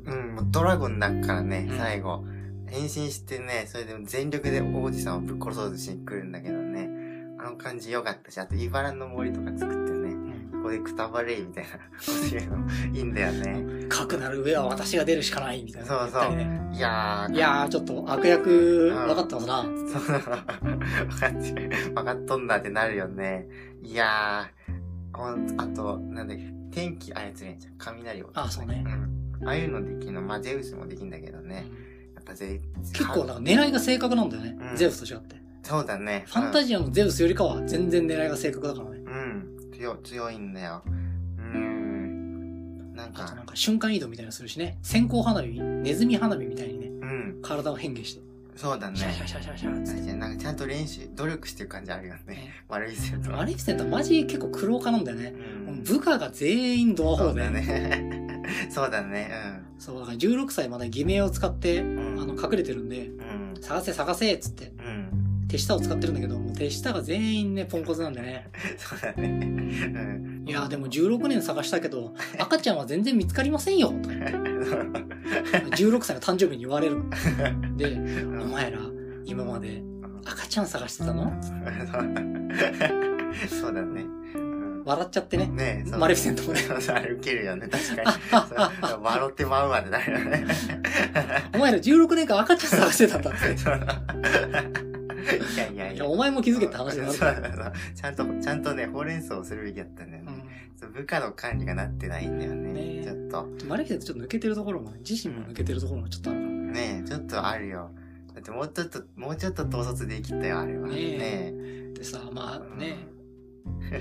Speaker 1: うん、もうドラゴンだからね、
Speaker 2: うん
Speaker 1: 最後。変身してね、それでも全力で王子様をぶっ殺そうとしに来るんだけどね。あの感じ良かったし、あと茨の森とか作ってね、
Speaker 2: うん
Speaker 1: ここでくたばれいみたいなこと言うのもいいんだよね。
Speaker 2: かくなる上は私が出るしかないみたいな
Speaker 1: そうそう
Speaker 2: 言ったりね
Speaker 1: いやー、
Speaker 2: いやーちょっと悪役分かってますな、
Speaker 1: そんな、 <laughs> 分かって、分かっとんだってなるよね。いやー、ほんあと、なんだっけ、天気操れんじゃん。雷を。
Speaker 2: あそうね
Speaker 1: うん。ああいうのできるの、まあ、ゼウスもできんだけどね。やっぱゼ
Speaker 2: 結構なん
Speaker 1: か
Speaker 2: か狙いが正確なんだよね、
Speaker 1: うん
Speaker 2: ゼウスと違って
Speaker 1: そうだね。
Speaker 2: ファンタ
Speaker 1: ジ
Speaker 2: ジアのゼウスよりかは全然狙いが正確だからね
Speaker 1: うん。うん強、強いんだよ。うん。なん
Speaker 2: あとな
Speaker 1: か
Speaker 2: ん、か瞬間移動みたいなのするしね線香花火ネズミ花火みたいにね
Speaker 1: うん。
Speaker 2: 体を変形して
Speaker 1: そうだね
Speaker 2: シャ。シャシャシャシャっつって、
Speaker 1: なんかちゃんと練習、努力してる感じあるよね。 <laughs>
Speaker 2: ね
Speaker 1: 悪い生徒
Speaker 2: マ
Speaker 1: は。
Speaker 2: レフィセントはマジ結構苦労家なんだよね
Speaker 1: う、。
Speaker 2: もうん部下が全員ドアホ
Speaker 1: そ
Speaker 2: ー
Speaker 1: う
Speaker 2: で
Speaker 1: だ
Speaker 2: そう,、
Speaker 1: ね。 <laughs> そうだね。
Speaker 2: だから16歳まで偽名を使って、
Speaker 1: ん
Speaker 2: あの隠れてるんで
Speaker 1: うん。うん。
Speaker 2: 探せ探せっつって
Speaker 1: うん。
Speaker 2: 手下を使ってるんだけどもう手下が全員ねポンコツなんでね
Speaker 1: そうだね。うん。
Speaker 2: いやーでも16年探したけど赤ちゃんは全然見つかりませんよとか16歳の誕生日に言われ
Speaker 1: <laughs>
Speaker 2: るのでお前ら今まで赤ちゃん探してたの
Speaker 1: そうだね。うん
Speaker 2: 笑っちゃってね
Speaker 1: ねえ、そう
Speaker 2: マレフィセントもね
Speaker 1: そうそう、あれウケるよね、確かに。そう笑ってまうわってなるよね。
Speaker 2: お前ら16年間赤ちゃん探してたんだって
Speaker 1: そういやいやい
Speaker 2: い
Speaker 1: や
Speaker 2: や。お前も気づけって話だな
Speaker 1: そうそうそうちゃんと、ちゃんとね、ほうれん草をするべきだったんだよね。そう部下の管理がなってないんだよ
Speaker 2: ね
Speaker 1: ね。
Speaker 2: え
Speaker 1: ちょっと。
Speaker 2: うんマレフィセントちょっと抜けてるところもね自身も抜けてるところもちょっとあるから
Speaker 1: ねえ、ちょっとあるよ。だってもうちょっと、もうちょっと統率できたよ、あれは。
Speaker 2: ね
Speaker 1: ね
Speaker 2: え
Speaker 1: え。
Speaker 2: でさまあ
Speaker 1: う
Speaker 2: ね
Speaker 1: ん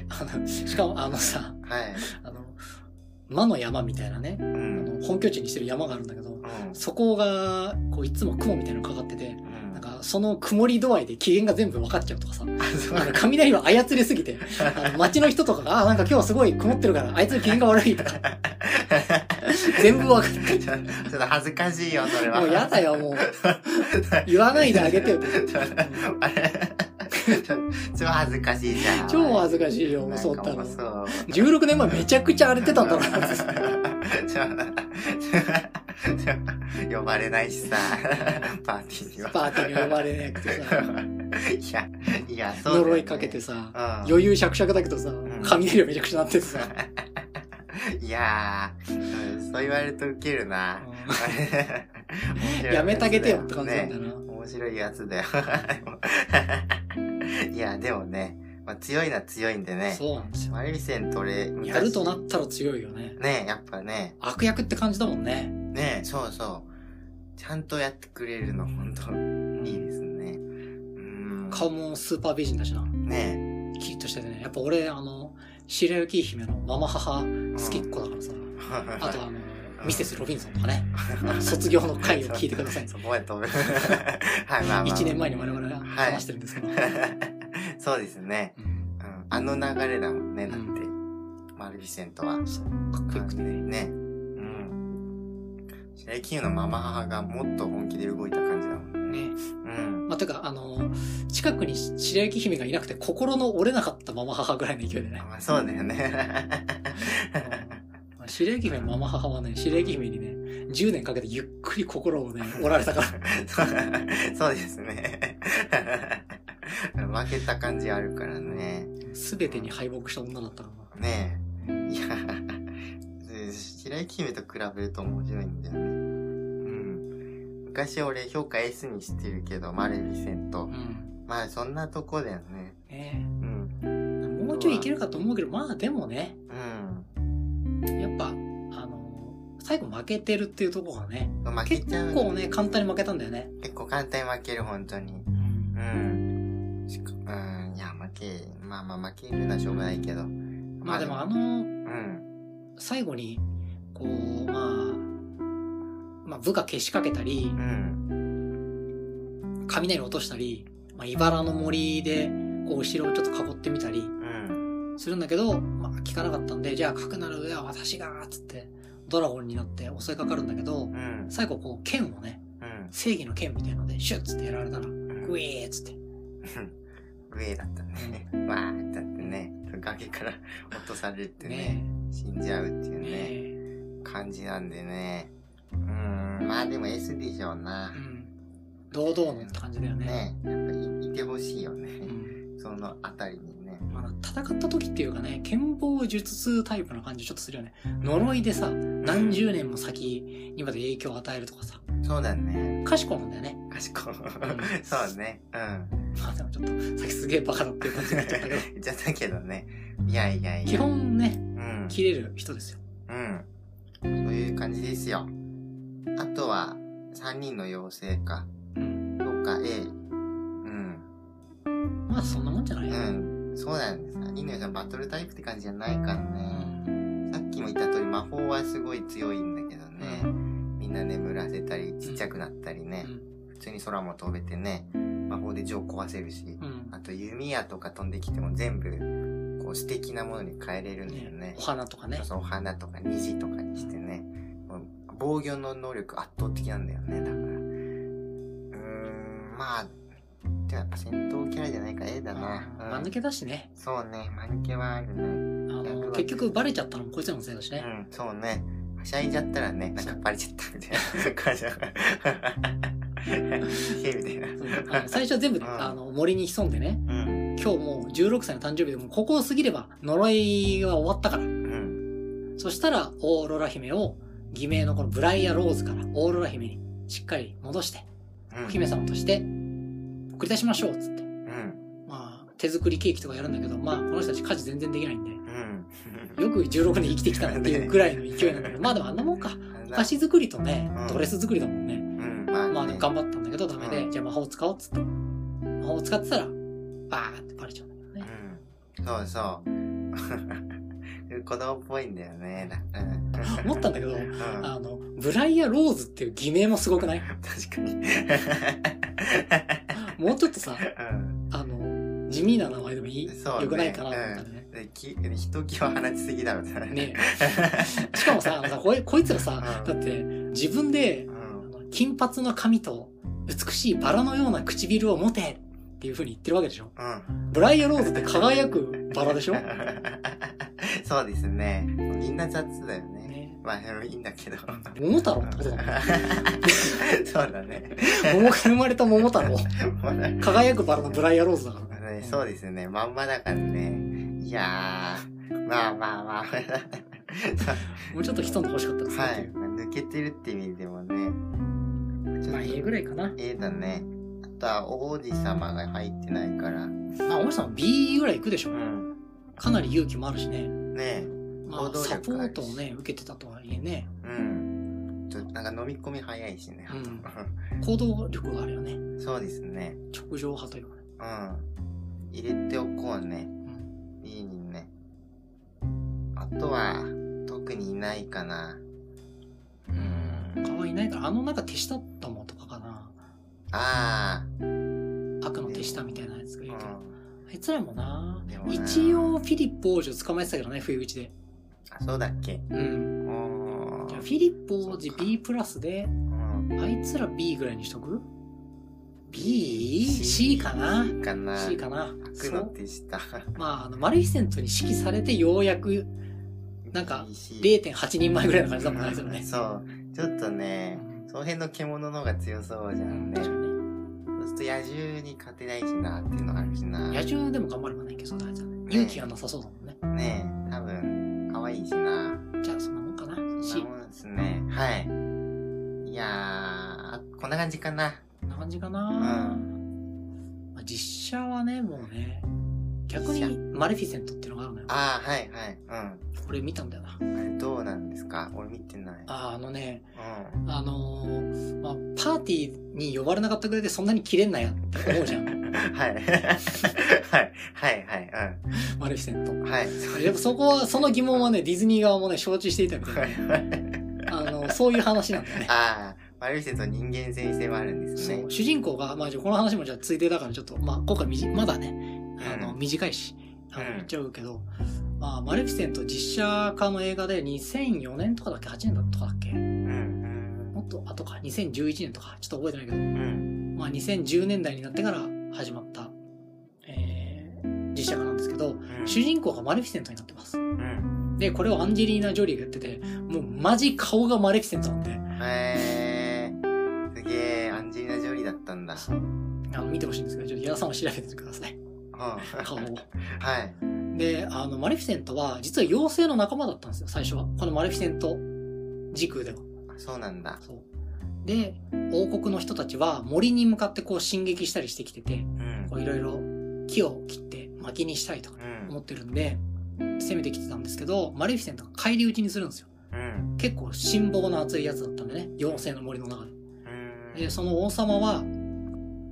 Speaker 2: あのしかもあのさ
Speaker 1: はい。
Speaker 2: あの魔の山みたいなね
Speaker 1: う
Speaker 2: あ
Speaker 1: ん。
Speaker 2: の本拠地にしてる山があるんだけど
Speaker 1: うん
Speaker 2: そこがこういつも雲みたいなのかかってて
Speaker 1: うん
Speaker 2: なんかその曇り度合いで機嫌が全部分かっちゃうとかさ
Speaker 1: あそう
Speaker 2: あの雷を操りすぎてあの街の人とかが「あなんか今日はすごい曇ってるからあいつの機嫌が悪い」
Speaker 1: <laughs>
Speaker 2: とか全部分かって
Speaker 1: ちょっと恥ずかしいよ、それは。
Speaker 2: もうやだよもう言わないであげてよ
Speaker 1: ちょっとあれちょっと恥ずかしいじゃん。
Speaker 2: 超恥ずかしいよもうそんな
Speaker 1: な
Speaker 2: の
Speaker 1: んかもうそう
Speaker 2: 16年前めちゃくちゃ荒れてたんだろうなってさ
Speaker 1: ちょちょ呼ばれないしさ、パーティーには。
Speaker 2: パーティーに呼ばれなくてさ
Speaker 1: いや、いや、そうだよね
Speaker 2: 呪いかけてさ
Speaker 1: うん
Speaker 2: 余裕しゃくしゃくだけどさ
Speaker 1: ん
Speaker 2: 雷はめちゃくちゃなっててさ
Speaker 1: <laughs> いやー、うんそう言われるとウケるな。
Speaker 2: やめてあげてよって感じなんだ
Speaker 1: ね。
Speaker 2: よな
Speaker 1: 面白いやつだよ。 <laughs> いや、でもね、まあ、強いのは強いんでね。
Speaker 2: そうなんですよ
Speaker 1: マレフィセント俺、昔
Speaker 2: やるとなったら強いよね
Speaker 1: ねやっぱね、
Speaker 2: 悪役って感じだもんね
Speaker 1: ねそうそう。ちゃんとやってくれるの、本当いいですね。うん。
Speaker 2: 顔もスーパー美人だしな
Speaker 1: ね
Speaker 2: キリッとしててねやっぱ俺あの白雪姫のママ母好きっ子だからさ、あとあのミセス・
Speaker 1: <laughs>
Speaker 2: ロビンソンとかねあの卒業の回を聞いてください
Speaker 1: そこまで飛ぶ。はい、まあまあ。
Speaker 2: 1年前に我々が話してるんですけど、
Speaker 1: <laughs> そうですね。
Speaker 2: うん
Speaker 1: うん、あの流れだもんね、
Speaker 2: う
Speaker 1: だって。
Speaker 2: ん
Speaker 1: マルビセントは。
Speaker 2: そうかっこよくてね
Speaker 1: ね。うん。白雪姫のママ母がもっと本気で動いた感じだもんね。うん。
Speaker 2: まあ、てかあの近くに白雪姫がいなくて心の折れなかったママ母ぐらいの勢いで
Speaker 1: <laughs>
Speaker 2: ね
Speaker 1: まあそうだよね。 <laughs>
Speaker 2: 白雪姫のママ母はね白雪姫にね10年かけてゆっくり心をね折られたから
Speaker 1: そうそうですね。負けた感じあるからね。
Speaker 2: 全てに敗北した女だったか
Speaker 1: ねえ。いや、白雪姫と比べると面白いんだよね。うん。昔俺評価 S にしてるけど、マレフィセント
Speaker 2: ら、う。ん
Speaker 1: まあそんなとこだよね。
Speaker 2: ね
Speaker 1: うん。
Speaker 2: もうちょいいけるかと思うけどまあでもね
Speaker 1: うん。
Speaker 2: やっぱあの最後負けてるっていうところがね
Speaker 1: 負け
Speaker 2: 結
Speaker 1: ちゃう。
Speaker 2: 構ね簡単に負けたんだよね、
Speaker 1: 結構簡単に負ける、本当に。うん。しかうん、いや、負け、まあまあ負けるのはしょうがないけど。
Speaker 2: まあでもあ
Speaker 1: の、う
Speaker 2: の
Speaker 1: ん。
Speaker 2: 最後にこうまあまあ部下けしかけたり
Speaker 1: うん。
Speaker 2: 雷落としたり、まあ、茨の森でこう後ろをちょっと囲ってみたり
Speaker 1: うん。
Speaker 2: するんだけど、まあ、聞かなかったんでじゃあかくなる上は私がっつってドラゴンになって襲いかかるんだけど
Speaker 1: うん。
Speaker 2: 最後こう剣をね
Speaker 1: うん。
Speaker 2: 正義の剣みたいのでシュッつってやられたらグ
Speaker 1: うん
Speaker 2: イーっつって
Speaker 1: 上だったね。わーってなってね。崖から落とされてね。
Speaker 2: ね
Speaker 1: 死んじゃうっていうね、
Speaker 2: え
Speaker 1: 感じなんでね。うーん、まあでも S でしょうな
Speaker 2: う。ん、堂々のって感じだよね
Speaker 1: ね、やっぱいいてほしいよね
Speaker 2: う。ん
Speaker 1: そのあたりにね。
Speaker 2: まあ、戦った時っていうかね剣法術数タイプな感じちょっとするよね呪いでさ何十年も先にまで影響を与えるとかさ
Speaker 1: そうだね。
Speaker 2: 賢いもんだよね
Speaker 1: 賢い。そうね。うん。
Speaker 2: まあでもちょっとさっきすげえバカだっていう感じになっちゃった
Speaker 1: <laughs>
Speaker 2: けど
Speaker 1: じゃだけどね。いやいやいや。
Speaker 2: 基本ね
Speaker 1: うん。
Speaker 2: 切れる人ですよ
Speaker 1: うん。そういう感じですよ。あとは、三人の妖精か。
Speaker 2: うん
Speaker 1: とか、A。うん。。
Speaker 2: まあそんなもんじゃないううん
Speaker 1: そうなんです。三人の妖精はバトルタイプって感じじゃないからね。さっきも言った通り、魔法はすごい強いんだけどね。みんな眠らせたり、ちっちゃくなったりね。
Speaker 2: ん
Speaker 1: 普通に空も飛べてね。魔法で城壊せるし。
Speaker 2: うん
Speaker 1: あと弓矢とか飛んできても全部、こう素敵なものに変えれるんだよね
Speaker 2: ねお。花とかね
Speaker 1: そうお花とか虹とかにしてね、もう防御の能力圧倒的なんだよね、だから。うーん、まあ、でもやっぱ戦闘キャラじゃないから A だな。
Speaker 2: うん間抜けだしね
Speaker 1: そうね、間抜けはあるね。
Speaker 2: あの結局バレちゃったのもこいつらのせいだし
Speaker 1: う
Speaker 2: ね、
Speaker 1: ん、そうね。はしゃいじゃったらね、なんかバレちゃったみ <laughs> たいな感じだから。へえみたいな。
Speaker 2: そ
Speaker 1: <laughs>
Speaker 2: うあの最初は全部、
Speaker 1: うん
Speaker 2: あの森に潜んでね
Speaker 1: うん、
Speaker 2: 今日もう16歳の誕生日でもうここを過ぎれば呪いは終わったから
Speaker 1: うん、
Speaker 2: そしたらオーロラ姫を偽名のこのブライア・ローズからオーロラ姫にしっかり戻して
Speaker 1: うん。
Speaker 2: お姫様として送り出しましょうっつって
Speaker 1: うん、
Speaker 2: まあ手作りケーキとかやるんだけどまあこの人たち家事全然できないんで
Speaker 1: うん。
Speaker 2: よく16年生きてきたなっていうぐらいの勢いなんだ
Speaker 1: <laughs>
Speaker 2: けどまあでもあんなもんかお菓子作りとね
Speaker 1: うん
Speaker 2: ドレス作りだもんね
Speaker 1: うん、まあ、ね、
Speaker 2: まあでも頑張ったんだけどダメ
Speaker 1: う
Speaker 2: で
Speaker 1: ん
Speaker 2: じゃあ魔法使おうっつって魔法使ってたらバーってバレちゃうんだけどね
Speaker 1: うんそうそう。子供っぽいんだよね。だうん
Speaker 2: 思ったんだけど
Speaker 1: うん、確
Speaker 2: あのブライア・ローズっていう偽名もすごくない
Speaker 1: かに。
Speaker 2: もうちょっとさ
Speaker 1: うん
Speaker 2: あの、地味な名前でもいい、
Speaker 1: そうね
Speaker 2: よくないかなと思ったね。
Speaker 1: できひときわ放ちすぎだろう
Speaker 2: ねえしかもさ、あのさこいこいつらさ、
Speaker 1: う
Speaker 2: だって自分で
Speaker 1: う、
Speaker 2: あ
Speaker 1: ん
Speaker 2: の金髪の髪と美しいバラのような唇を持てっていう風に言ってるわけでしょ
Speaker 1: うん
Speaker 2: ブライア・ローズって輝くバラでしょ、ね
Speaker 1: そうですね。みんな雑だよね。
Speaker 2: え、
Speaker 1: まあ、でもいいんだけど。
Speaker 2: 桃太郎ってことだもん。
Speaker 1: そうだね。
Speaker 2: 桃から生まれた桃太郎。
Speaker 1: もうなんか
Speaker 2: 輝くバラのブライア・ローズだか
Speaker 1: あ
Speaker 2: ら
Speaker 1: の
Speaker 2: ね。
Speaker 1: ね、そうですね。まんまだからね。いやー、まあまあまあ。
Speaker 2: もうちょっと潜んで欲しかったですね。
Speaker 1: はい。抜けてるって意味でもね。ち
Speaker 2: まあ、ええぐ
Speaker 1: らい。
Speaker 2: らいかな。
Speaker 1: A だね。あとは王子様が入ってないから。う
Speaker 2: まあ、おもさん B ぐらい行くでしょ
Speaker 1: ん。
Speaker 2: かなり勇気もあるしね。
Speaker 1: ねえ。
Speaker 2: ま
Speaker 1: 行
Speaker 2: あ、
Speaker 1: 動力あ
Speaker 2: サ
Speaker 1: るし
Speaker 2: ポートをね、受けてたとはいえね、
Speaker 1: うん。ちょっとなんか飲み込み早いしね。あ
Speaker 2: 行動力があるよね。
Speaker 1: と <laughs> そうですね。
Speaker 2: 直情派というかね。
Speaker 1: うん。入れておこうね。
Speaker 2: うん。
Speaker 1: B にね。あとは、特にいないかな。うん。
Speaker 2: 他はいないから、あのなんか手下どもとかかな。
Speaker 1: あ
Speaker 2: 悪の手下みたいなやつがい
Speaker 1: ー。う
Speaker 2: るけ
Speaker 1: ん。
Speaker 2: ど。あいつらもな
Speaker 1: でもな
Speaker 2: 一応フィリップ王子を捕まえてたけどね、冬口で。
Speaker 1: あそうだっけ
Speaker 2: うん。
Speaker 1: お
Speaker 2: じゃあフ
Speaker 1: ー
Speaker 2: ィリップ王
Speaker 1: そ
Speaker 2: 子
Speaker 1: うか
Speaker 2: B プラスで、
Speaker 1: うん
Speaker 2: あいつら B ぐらいにしとく ?B?C かな
Speaker 1: C かな
Speaker 2: ?C かな
Speaker 1: 悪
Speaker 2: そ
Speaker 1: の
Speaker 2: う。
Speaker 1: 手下
Speaker 2: まあ、あの、マルヒセントに指揮されてようやくな
Speaker 1: <laughs>
Speaker 2: んか0.8人前ぐらいの感じだもんね、あいつらね。
Speaker 1: そうちょっとね
Speaker 2: うん
Speaker 1: その辺の獣の方が強そうじゃ
Speaker 2: うんん、
Speaker 1: ね
Speaker 2: 確
Speaker 1: そ
Speaker 2: か
Speaker 1: う
Speaker 2: にね。
Speaker 1: すると野獣に勝てないしなっていうのがあるしな
Speaker 2: 野獣でも頑張ればねいけそうだね勇気がなさそうだもんね
Speaker 1: ねえ多分可愛いしな
Speaker 2: じゃあそんなもんかな
Speaker 1: そ
Speaker 2: し
Speaker 1: んなもんですねはいいやーあこんな感じかな
Speaker 2: こんな感じかな、まあ、実写はねもうね逆に
Speaker 1: 実
Speaker 2: マレフィセントっていうのがあるのよ
Speaker 1: ああはいはい
Speaker 2: これ見たんだよな
Speaker 1: うんあれどうなんですか俺見てない
Speaker 2: あーあのね
Speaker 1: う
Speaker 2: あのーまあ、パーティーに呼ばれなかったぐらいでそんなにキレんなやって思うじゃん <laughs>
Speaker 1: ん <laughs> はいはいはいはいうん
Speaker 2: マレフィセント
Speaker 1: はい。
Speaker 2: やっぱそこはその疑問はねディズニー側もね承知していたみたいで、あのそういう話なんだよね
Speaker 1: ああ、悪い人と人間性性もあるんです
Speaker 2: そ
Speaker 1: ね
Speaker 2: う。主人公が、まあ、じゃあこの話もじゃあついでだからちょっと、まあ、今回みじまだねあの、
Speaker 1: うん
Speaker 2: 短いしあ
Speaker 1: う
Speaker 2: の
Speaker 1: ん
Speaker 2: 言っちゃうけど、まあ、マレフィセント実写化の映画で2004年とかだっけ8年だとかだっけも
Speaker 1: うん。
Speaker 2: っと後か2011年とかちょっと覚えてないけ
Speaker 1: う
Speaker 2: ど、
Speaker 1: ん。
Speaker 2: まあ、2010年代になってから始まった、えー実写化なんですけど
Speaker 1: うん。
Speaker 2: 主人公がマレフィセントになってます
Speaker 1: うん。
Speaker 2: で、これをアンジェリーナ・ジョリーがやってて、もうマジ顔がマレフィセントなんで、
Speaker 1: えー、すげえ、アンジェリーナ・ジョリーだったんだ。
Speaker 2: そうあの見てほしいんですけど、ちょっと矢田さんは調べてみてください。
Speaker 1: うん、は
Speaker 2: 顔を。
Speaker 1: い。
Speaker 2: で、あの、マレフィセントは、実は妖精の仲間だったんですよ、最初は。このマレフィセント時空では。
Speaker 1: そうなんだ。
Speaker 2: そう。で、王国の人たちは森に向かってこう進撃したりしてきてて、
Speaker 1: うん
Speaker 2: こ。ういろいろ木を切って薪にしたいとか
Speaker 1: うん
Speaker 2: 思ってるんで、攻めてきてたんですけど、マレフィセントが返り討ちにするんですよ。
Speaker 1: うん。
Speaker 2: 結構辛抱の厚いやつだったんでね、妖精の森の中で。
Speaker 1: うん。
Speaker 2: で、その王様は、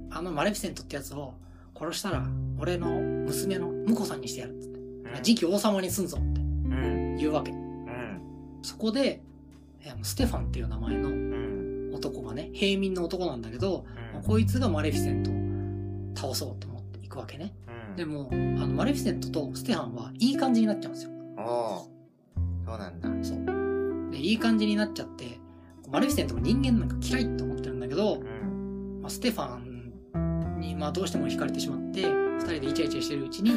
Speaker 2: あのマレフィセントってやつを殺したら、俺の娘の婿さんにしてやるっつって。
Speaker 1: うん
Speaker 2: 次期王様にすんぞって
Speaker 1: うん。
Speaker 2: 言うわけ。
Speaker 1: うん。
Speaker 2: そこで、えーステファンっていう名前の
Speaker 1: うん。
Speaker 2: 男がね、平民の男なんだけど、
Speaker 1: うん。
Speaker 2: こいつがマレフィセントを倒そうと思っていくわけね。
Speaker 1: うん
Speaker 2: でも、あの、マレフィセントとステファンはいい感じになっちゃうんですよ。
Speaker 1: おーそうなんだ。
Speaker 2: そう。で、いい感じになっちゃって、マレフィセントも人間なんか嫌いと思ってるんだけど
Speaker 1: う、ん。
Speaker 2: まあ、ステファンに、まあ、どうしても惹かれてしまって、二人でイチャイチャしてるう
Speaker 1: <laughs>
Speaker 2: ちに、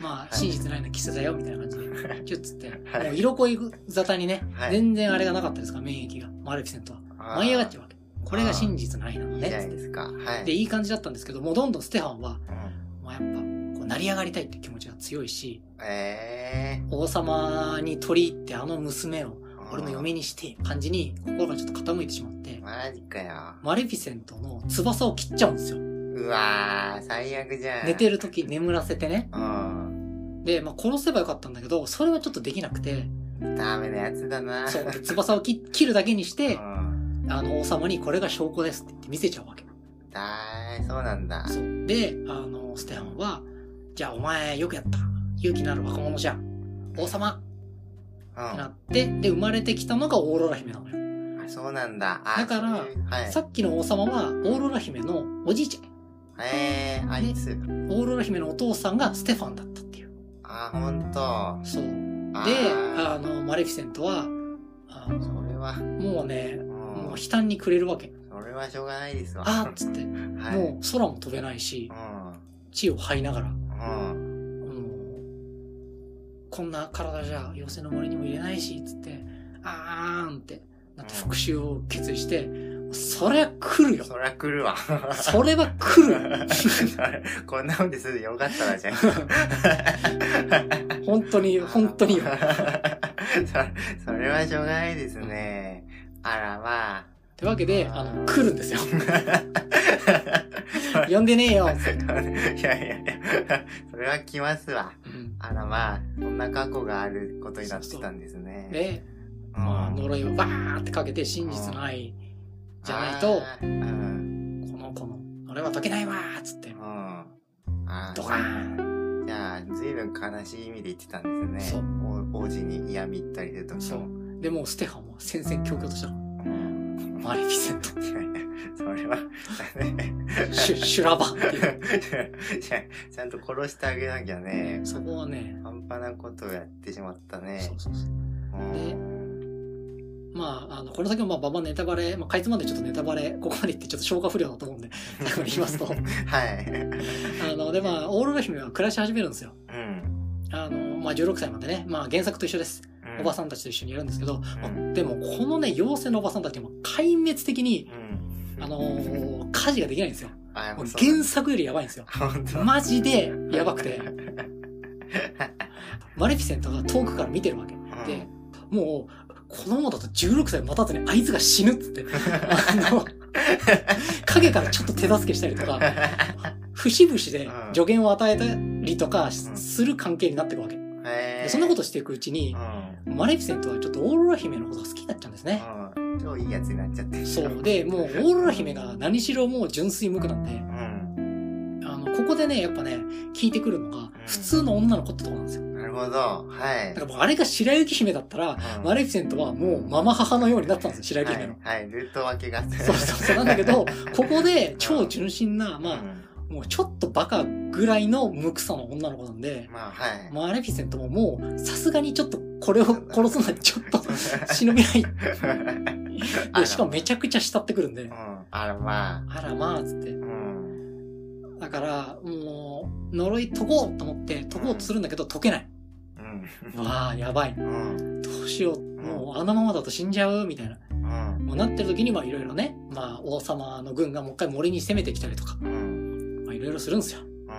Speaker 2: まあ、真実ないのキスだよ、みたいな感じで、キュッつって、
Speaker 1: はい
Speaker 2: もう色恋沙汰にね、
Speaker 1: はい
Speaker 2: 全然あれがなかったですから、免疫が、マレフィセントは。舞い上がっちゃうわけ。これが真実の愛なの
Speaker 1: いいじ
Speaker 2: ね
Speaker 1: ゃ
Speaker 2: っ
Speaker 1: な
Speaker 2: つ
Speaker 1: いで
Speaker 2: って。
Speaker 1: すか。はい。
Speaker 2: で、いい感じだったんですけど、もうどんどんステファンは、
Speaker 1: うん
Speaker 2: もうやっぱ、こう、成り上がりたいって気持ちが強いし、
Speaker 1: え
Speaker 2: 王様に取り入ってあの娘を
Speaker 1: ー。
Speaker 2: 俺の嫁にして、感じに心がちょっと傾いてしまって、
Speaker 1: マジかよ。
Speaker 2: マレフィセントの翼を切っちゃうんですよ。
Speaker 1: うわー、最悪じゃん。
Speaker 2: 寝て
Speaker 1: る。
Speaker 2: る時眠らせてね。
Speaker 1: うん。
Speaker 2: で、まあ、殺せばよかったんだけど、それはちょっとできなくて、
Speaker 1: ダメなやつだな。
Speaker 2: そう、で翼を
Speaker 1: <laughs>
Speaker 2: 切切るだけにして
Speaker 1: う、ん。
Speaker 2: あの、王様にこれが証拠ですって言って見せちゃうわけ。
Speaker 1: だー、そうなんだ。
Speaker 2: そう。で、あの、ステファンは、じゃあお前よくやった。勇気のある若者じゃん。王様
Speaker 1: う
Speaker 2: って
Speaker 1: ん。
Speaker 2: な
Speaker 1: あ、
Speaker 2: って、で、生まれてきたのがオーロラ姫なのよ。
Speaker 1: そうなんだ。あ
Speaker 2: だから
Speaker 1: そういうはい
Speaker 2: さ。っきの王様は、オーロラ姫のおじいち
Speaker 1: えー、あいつ。
Speaker 2: ゃん。オーロラ姫のお父さんがステファンだったっていう。
Speaker 1: あ、ほんと。
Speaker 2: そう。で、
Speaker 1: あ
Speaker 2: あの、マレフィセントは、あ
Speaker 1: ー、そ
Speaker 2: の
Speaker 1: れは、
Speaker 2: もうね、
Speaker 1: うん
Speaker 2: もう悲嘆にくれるわけ。
Speaker 1: それはしょうがないですわ。
Speaker 2: あーっつって、
Speaker 1: はい。
Speaker 2: もう空も飛べないし
Speaker 1: う、ん。
Speaker 2: 地を這いながら、も
Speaker 1: うん。
Speaker 2: う、こんな体じゃ妖精の森にも入れないし、つって、あーんって、なって復讐を決意して、そりゃ来るよ。
Speaker 1: そりゃ来るわ。
Speaker 2: それは来るよ。
Speaker 1: <laughs> こんなもんですよかったらじゃん。
Speaker 2: 本当に、本当によ。
Speaker 1: <laughs> そそれはしょうがないですね。あらまあ。
Speaker 2: ってわけで、あの、来るんですよ。
Speaker 1: いや
Speaker 2: 呼んでねえよ。 <laughs>
Speaker 1: いやいや、それは来ますわ。
Speaker 2: うん
Speaker 1: あらまあ、そんな過去があることになってたんですね。
Speaker 2: で、
Speaker 1: うん
Speaker 2: まあ、呪いをバーってかけて真実の愛じゃないと、こ
Speaker 1: あーうん。
Speaker 2: の子の、俺は解けないわーっつって
Speaker 1: う、ん。あー
Speaker 2: ドカーン
Speaker 1: じゃあ、ずいぶん悲しい意味で言ってたんです
Speaker 2: そ
Speaker 1: ね
Speaker 2: う。
Speaker 1: お王子に嫌み言ったりするとき
Speaker 2: そう
Speaker 1: も。
Speaker 2: で、もうステファンは戦々恐々としたの。
Speaker 1: うん
Speaker 2: マレフィセント、
Speaker 1: いやいやそれは、
Speaker 2: シュ、シュラバっていう。
Speaker 1: いやちゃんと殺してあげなきゃね。
Speaker 2: そこはね、
Speaker 1: 半端なことをやってしまったね
Speaker 2: そう。そうそ
Speaker 1: う
Speaker 2: う。
Speaker 1: ん
Speaker 2: まあ、あの、この先もまあ、ババネタバレ、まあ、かいつまんでちょっとネタバレ、ここまで言ってちょっと消化不良だと
Speaker 1: <laughs>
Speaker 2: 思うんで、最後に言いますと、
Speaker 1: はい。
Speaker 2: あの、で、まあ、オーロラ姫は暮らし始めるんですよ。
Speaker 1: うん。
Speaker 2: あの、まあ、16歳までね、まあ、原作と一緒です。おばさんたちと一緒にやるんですけど、まあでも、このね、妖精のおばさんたちも壊滅的に、
Speaker 1: うん。
Speaker 2: あのー家事ができないんですよ。
Speaker 1: あ、やっ
Speaker 2: も
Speaker 1: ぱ
Speaker 2: う
Speaker 1: そう
Speaker 2: 原作よりやばいんですよ。
Speaker 1: 本当。
Speaker 2: マジでやばく
Speaker 1: <laughs>
Speaker 2: て、マレフィセントが遠くから見てるわけ。で、もう、このままだと16歳待たずにあいつが死ぬっつって、あ
Speaker 1: <laughs>
Speaker 2: の、影からちょっと手助けしたりとか、節々で助言を与えたりとか
Speaker 1: うん
Speaker 2: する関係になっていくわけ。
Speaker 1: へ
Speaker 2: で
Speaker 1: ー
Speaker 2: そんなことしていくうちに
Speaker 1: う、ん。
Speaker 2: マレフィセントはちょっとオーロラ姫のことが好きになっちゃうんですね。
Speaker 1: うん。超いいやつになっちゃってる。
Speaker 2: そう。で、もうオーロラ姫が何しろもう純粋無垢なんで、
Speaker 1: うん。
Speaker 2: あの、ここでね、やっぱね、聞いてくるのが、普通の女の子ってとこなんですよ。
Speaker 1: なるほど。はい
Speaker 2: だから。もうあれが白雪姫だったら、
Speaker 1: うん
Speaker 2: マレフィセントはもうママ母のようになったんですよ、白雪
Speaker 1: は
Speaker 2: 姫の
Speaker 1: い。。はい。ルート分けが。
Speaker 2: そうそうそう。なんだけ <laughs> ど、ここで超純真な、
Speaker 1: うん。
Speaker 2: まあ、もうちょっとバカぐらいの無垢さの女の子なんで、
Speaker 1: まあ、はい。
Speaker 2: マレフィセントももう、さすがにちょっとこれを殺すのはちょっ
Speaker 1: <laughs>
Speaker 2: と <laughs> 忍びない。
Speaker 1: あら
Speaker 2: で、しかもめちゃくちゃ慕ってくるんで
Speaker 1: う、ん。あら、まあ。
Speaker 2: あらまあ、つって。
Speaker 1: うん。
Speaker 2: だから、もう、呪い解こうと思って、解こうとするんだけど、解けない。
Speaker 1: うん。
Speaker 2: うわあ、やばい。
Speaker 1: うん。
Speaker 2: どうしよう。もうあのままだと死んじゃうみたいな。
Speaker 1: うん。
Speaker 2: もうなってる時にはいろいろね、まあ王様の軍がもう一回森に攻めてきたりとか、
Speaker 1: うん。うん。
Speaker 2: まあいろいろするんですよ。
Speaker 1: うん。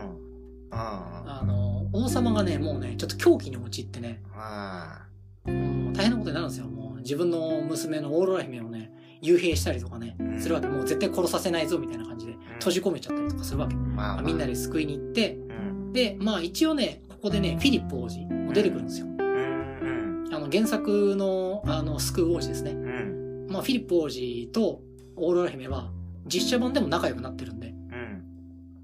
Speaker 1: あ
Speaker 2: あの、王様がね、もうね、ちょっと狂気に陥ってね、
Speaker 1: あ。
Speaker 2: もう大変なことになるんですよ。もう自分の娘のオーロラ姫をね、幽閉したりとかね、するわけ。もう絶対殺させないぞみたいな感じで閉じ込めちゃったりとかするわけ。
Speaker 1: まあ、まあ、
Speaker 2: みんな。で救いに行って、
Speaker 1: うん。
Speaker 2: で、まあ一応ね、ここでね、フィリップ王子も出てくるんですよ。
Speaker 1: うん。
Speaker 2: あの、原作の、あの、救う王子ですね。
Speaker 1: うん。うん。
Speaker 2: まあフィリップ王子とオーロラ姫は実写版でも仲良くなってるんで、
Speaker 1: うん。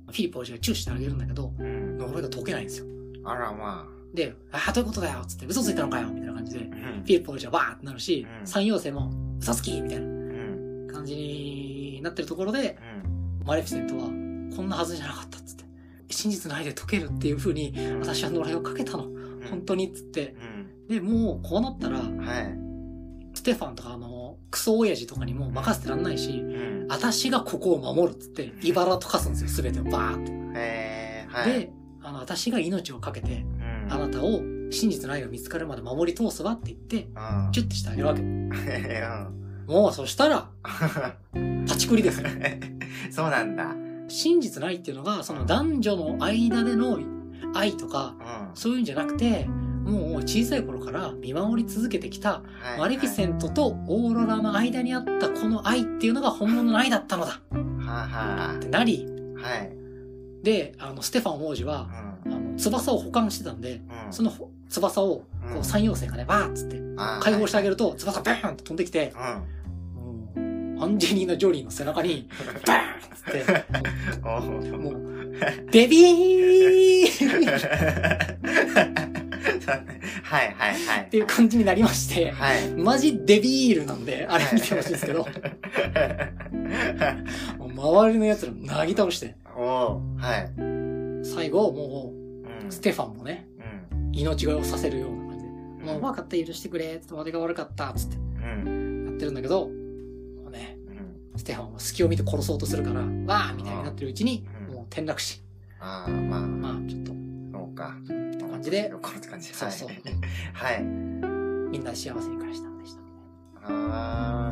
Speaker 2: フィリップ王子がチューしてあげるんだけど、
Speaker 1: うん。
Speaker 2: 呪いが解けないんですよ。
Speaker 1: あら、ま
Speaker 2: で、ああ、どういうことだよっつって、嘘ついたのかよみたいな感じで、
Speaker 1: あ。う
Speaker 2: フ
Speaker 1: ん。
Speaker 2: ィリップ王子はバーってなるし、
Speaker 1: うん
Speaker 2: 三妖精も、嘘つきみたいな
Speaker 1: うん。
Speaker 2: 感じになってるところで、マレフィセントは、こんなはずじゃなかったっつって、真実の愛で解けるっていう風に、
Speaker 1: うん。
Speaker 2: 私は呪いをかけたの。
Speaker 1: うん、
Speaker 2: 本当にっつって。
Speaker 1: う
Speaker 2: で、もうこうなったら、
Speaker 1: ん。はい。
Speaker 2: ステファンとかあの、クソ親父とかにも任せてらんないし、
Speaker 1: うん。
Speaker 2: 私がここを守るっつって、茨とかすんですよ、すべてをバーって。
Speaker 1: えー、はい。
Speaker 2: で、あの、私が命をかけて、
Speaker 1: うん、
Speaker 2: あなたを真実の愛が見つかるまで守り通すわって言って、
Speaker 1: うん。
Speaker 2: チ
Speaker 1: ょ
Speaker 2: ュッてしてあげるわけ。
Speaker 1: っ
Speaker 2: もうそしたら、立ちくりですよ。
Speaker 1: と。 <laughs> そうなんだ。うん。
Speaker 2: 真実の愛っていうのが、その男女の間での愛とか、そういうんじゃなくて、もう小さい頃から見守り続けてきた、
Speaker 1: はい
Speaker 2: マレフィセントとオーロラの間にあったこの愛っていうのが本物の愛だったのだっ
Speaker 1: はは
Speaker 2: てなり、
Speaker 1: はい。
Speaker 2: で、あの、ステファン王子は、あの翼を保管してたんで、
Speaker 1: うん。うん。
Speaker 2: その翼を、こ
Speaker 1: うん
Speaker 2: う、三妖精がね、バーっつって、解放してあげると、翼バーンって飛んできて、
Speaker 1: はい。うん。
Speaker 2: もうアンジェリーナ・ジョリーの背中
Speaker 1: <laughs>
Speaker 2: に、バーンっつって、
Speaker 1: おー
Speaker 2: もう、もうベビ
Speaker 1: <laughs>
Speaker 2: ーっ
Speaker 1: はいはいはい。って
Speaker 2: いう感じになりまして、
Speaker 1: はい。
Speaker 2: マジデビールなんで、あれ見てほしいんです
Speaker 1: <laughs>
Speaker 2: けど、もう周りの奴らなぎ倒して、
Speaker 1: おー、はい。
Speaker 2: 最後、も
Speaker 1: う
Speaker 2: う、
Speaker 1: ん
Speaker 2: ステファンもね、
Speaker 1: うん。
Speaker 2: 命乞いをさせるような感じで、
Speaker 1: うん
Speaker 2: もう、分かった、許してくれ、つって、俺が悪かった、つって、
Speaker 1: うん。
Speaker 2: やってるんだけど、もうね、
Speaker 1: うん。
Speaker 2: ステファンは隙を見て殺そうとするから、わーみたいになってるうちに
Speaker 1: う、ん
Speaker 2: もう転落し、
Speaker 1: ああ、まあ、
Speaker 2: まあ、ちょっと、
Speaker 1: そうか。
Speaker 2: 感じで
Speaker 1: こういう感じ。
Speaker 2: そうそう、
Speaker 1: はいはい。
Speaker 2: みんな幸せに暮らしたんでした。
Speaker 1: ああ、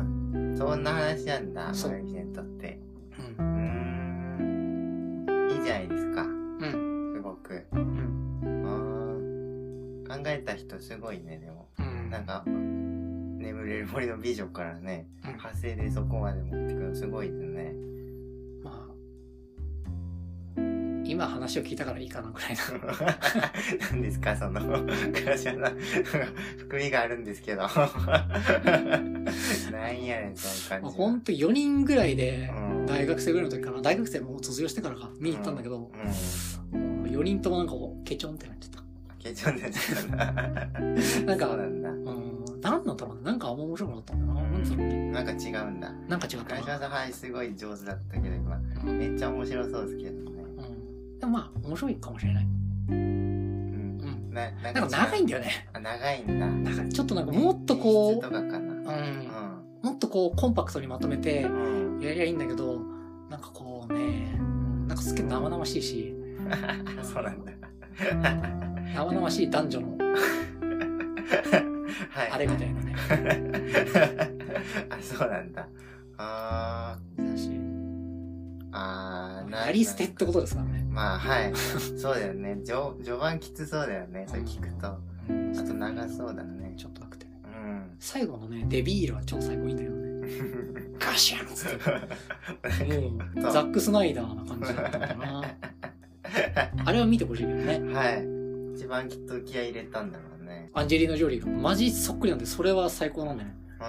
Speaker 1: そんな話なんだ、マ
Speaker 2: そう
Speaker 1: ルビセントって。
Speaker 2: う。
Speaker 1: うんーん。いいじゃないですか、
Speaker 2: うん。
Speaker 1: すごく。
Speaker 2: うん。
Speaker 1: あー考えた人すごいね、でも。
Speaker 2: うん。
Speaker 1: なんか、眠れる森の美女からね、
Speaker 2: うん
Speaker 1: 派生でそこまで持ってくるのすごいですね。
Speaker 2: まあ、今話を聞いたからいいかなぐらいな。
Speaker 1: <laughs> 何ですか、その、会社の、含みがあるんですけど。 <laughs> なんやねん、その
Speaker 2: まあ、
Speaker 1: 感じ
Speaker 2: ほ
Speaker 1: は。
Speaker 2: んと4人ぐらいで
Speaker 1: うん、
Speaker 2: 大学生ぐらいの時かな。大学生もう卒業してからか、見に行ったんだけ
Speaker 1: う
Speaker 2: ど
Speaker 1: ん、。
Speaker 2: 4人ともなんかこう、ケチョンってなっちゃっ
Speaker 1: ケチョンになっちゃったな。
Speaker 2: <laughs> た。なん
Speaker 1: そうな
Speaker 2: か、
Speaker 1: んだ。
Speaker 2: うん、なんだったかななんかあんま面白くなかったんだな。なんだろうね。
Speaker 1: なんか違うんだ。
Speaker 2: なんか違
Speaker 1: 会
Speaker 2: ったな
Speaker 1: 社。のはいすごい上手だったけど今
Speaker 2: うん
Speaker 1: めっちゃ面白そうですけどね。
Speaker 2: うんでもまあ、面白いかもしれない。
Speaker 1: うん。
Speaker 2: うん。
Speaker 1: なな
Speaker 2: なんか長いんだよね。
Speaker 1: あ長いんだ。
Speaker 2: なんかちょっとなんかもっとこ
Speaker 1: 演出
Speaker 2: う
Speaker 1: と、かかな。
Speaker 2: うん、もっとこうコンパクトにまとめて
Speaker 1: うん。うん。 <laughs>
Speaker 2: やりゃいいんだけど、なんかこうね、うんなんかすっげえ生々しいし、
Speaker 1: そうなんだ。
Speaker 2: 生々しい男女の
Speaker 1: はい。
Speaker 2: あれみたい <laughs> なね。
Speaker 1: <laughs> あそうなんだ。あーあー
Speaker 2: なり捨てってことですからね。
Speaker 1: まあはい。そうだよね。序序盤きつそうだよね。それ聞くと。あ
Speaker 2: うん
Speaker 1: と長そうだね。
Speaker 2: ちょっとなくてね。
Speaker 1: うん。 <laughs>
Speaker 2: 最後のね、デビールは超最高いいんだけどね。ガシャンっつって。もう、ザック・スナイダーな感じだったのか <laughs> な。あれは見てほしいけどね。
Speaker 1: はい。一番きっと気合い入れたんだろうね。
Speaker 2: アンジェリーナ・ジョリーがマジそっくりなんで、それは最高なんだよね。
Speaker 1: は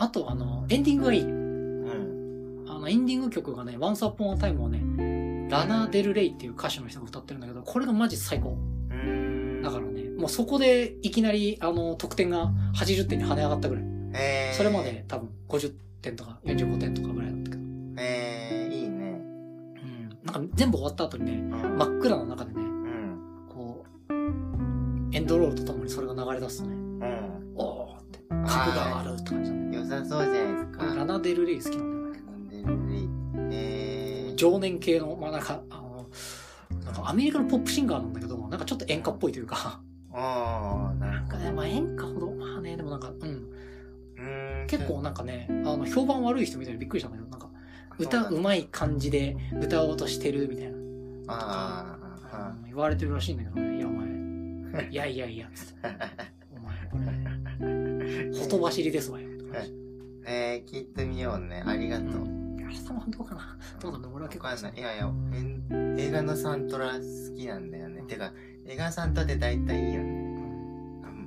Speaker 1: い。
Speaker 2: あと、あの、エンディングがいい。
Speaker 1: うん。
Speaker 2: あの、エンディング曲がね、Once Upon a Time をね、ラナ・デル・レイっていう歌手の人が歌ってるんだけど、これがマジ最高。
Speaker 1: うーん。
Speaker 2: だからね、もうそこでいきなり、あの、得点が80点に跳ね上がったぐらい。
Speaker 1: えー、
Speaker 2: それまで多分50点とか45点とかぐらいだったけど。うん。
Speaker 1: えー、いいね。
Speaker 2: なんか全部終わった後にね、
Speaker 1: うん。
Speaker 2: 真っ暗な中で
Speaker 1: う
Speaker 2: ね、
Speaker 1: ん。
Speaker 2: こう、エンドロールとともにそれが流れ出すとね、
Speaker 1: うん。
Speaker 2: おーって、覚悟があるって感じだね。
Speaker 1: 良さそうじゃないですか。
Speaker 2: ラナ・デル・レイ好きなんだよね。
Speaker 1: なんでるいえー、
Speaker 2: 常年系の、まあ、なんか、あの、なんかアメリカのポップシンガーなんだけど、なんかちょっと演歌っぽいというか、 <laughs>
Speaker 1: うん。ああ、なる
Speaker 2: なん
Speaker 1: ほ
Speaker 2: か
Speaker 1: ど。
Speaker 2: ね、まあ演歌ほど、まあね、でもなんか、うん。
Speaker 1: うーん
Speaker 2: 結構なんかね、あの、評判悪い人みたいでびっくりしたんだけど、なんか、歌う
Speaker 1: ま
Speaker 2: まい感じで歌おうとしてるみたいな、
Speaker 1: ああ、あ
Speaker 2: うん言われてるらしいんだけどね、いや
Speaker 1: <laughs>
Speaker 2: お前、いやいやいや、つって
Speaker 1: あああ
Speaker 2: お前、これ、ほとばしりですわよ、って感じ。
Speaker 1: えー、聞いてみようね。ありが
Speaker 2: う
Speaker 1: とう。
Speaker 2: ん。あれ様どうかなどうなんだ俺は結構
Speaker 1: わかんない。いやいや、え映画のサントラ好きなんだよね。てか、映画のサントラって大体いいよね。
Speaker 2: う
Speaker 1: う
Speaker 2: ん
Speaker 1: ん、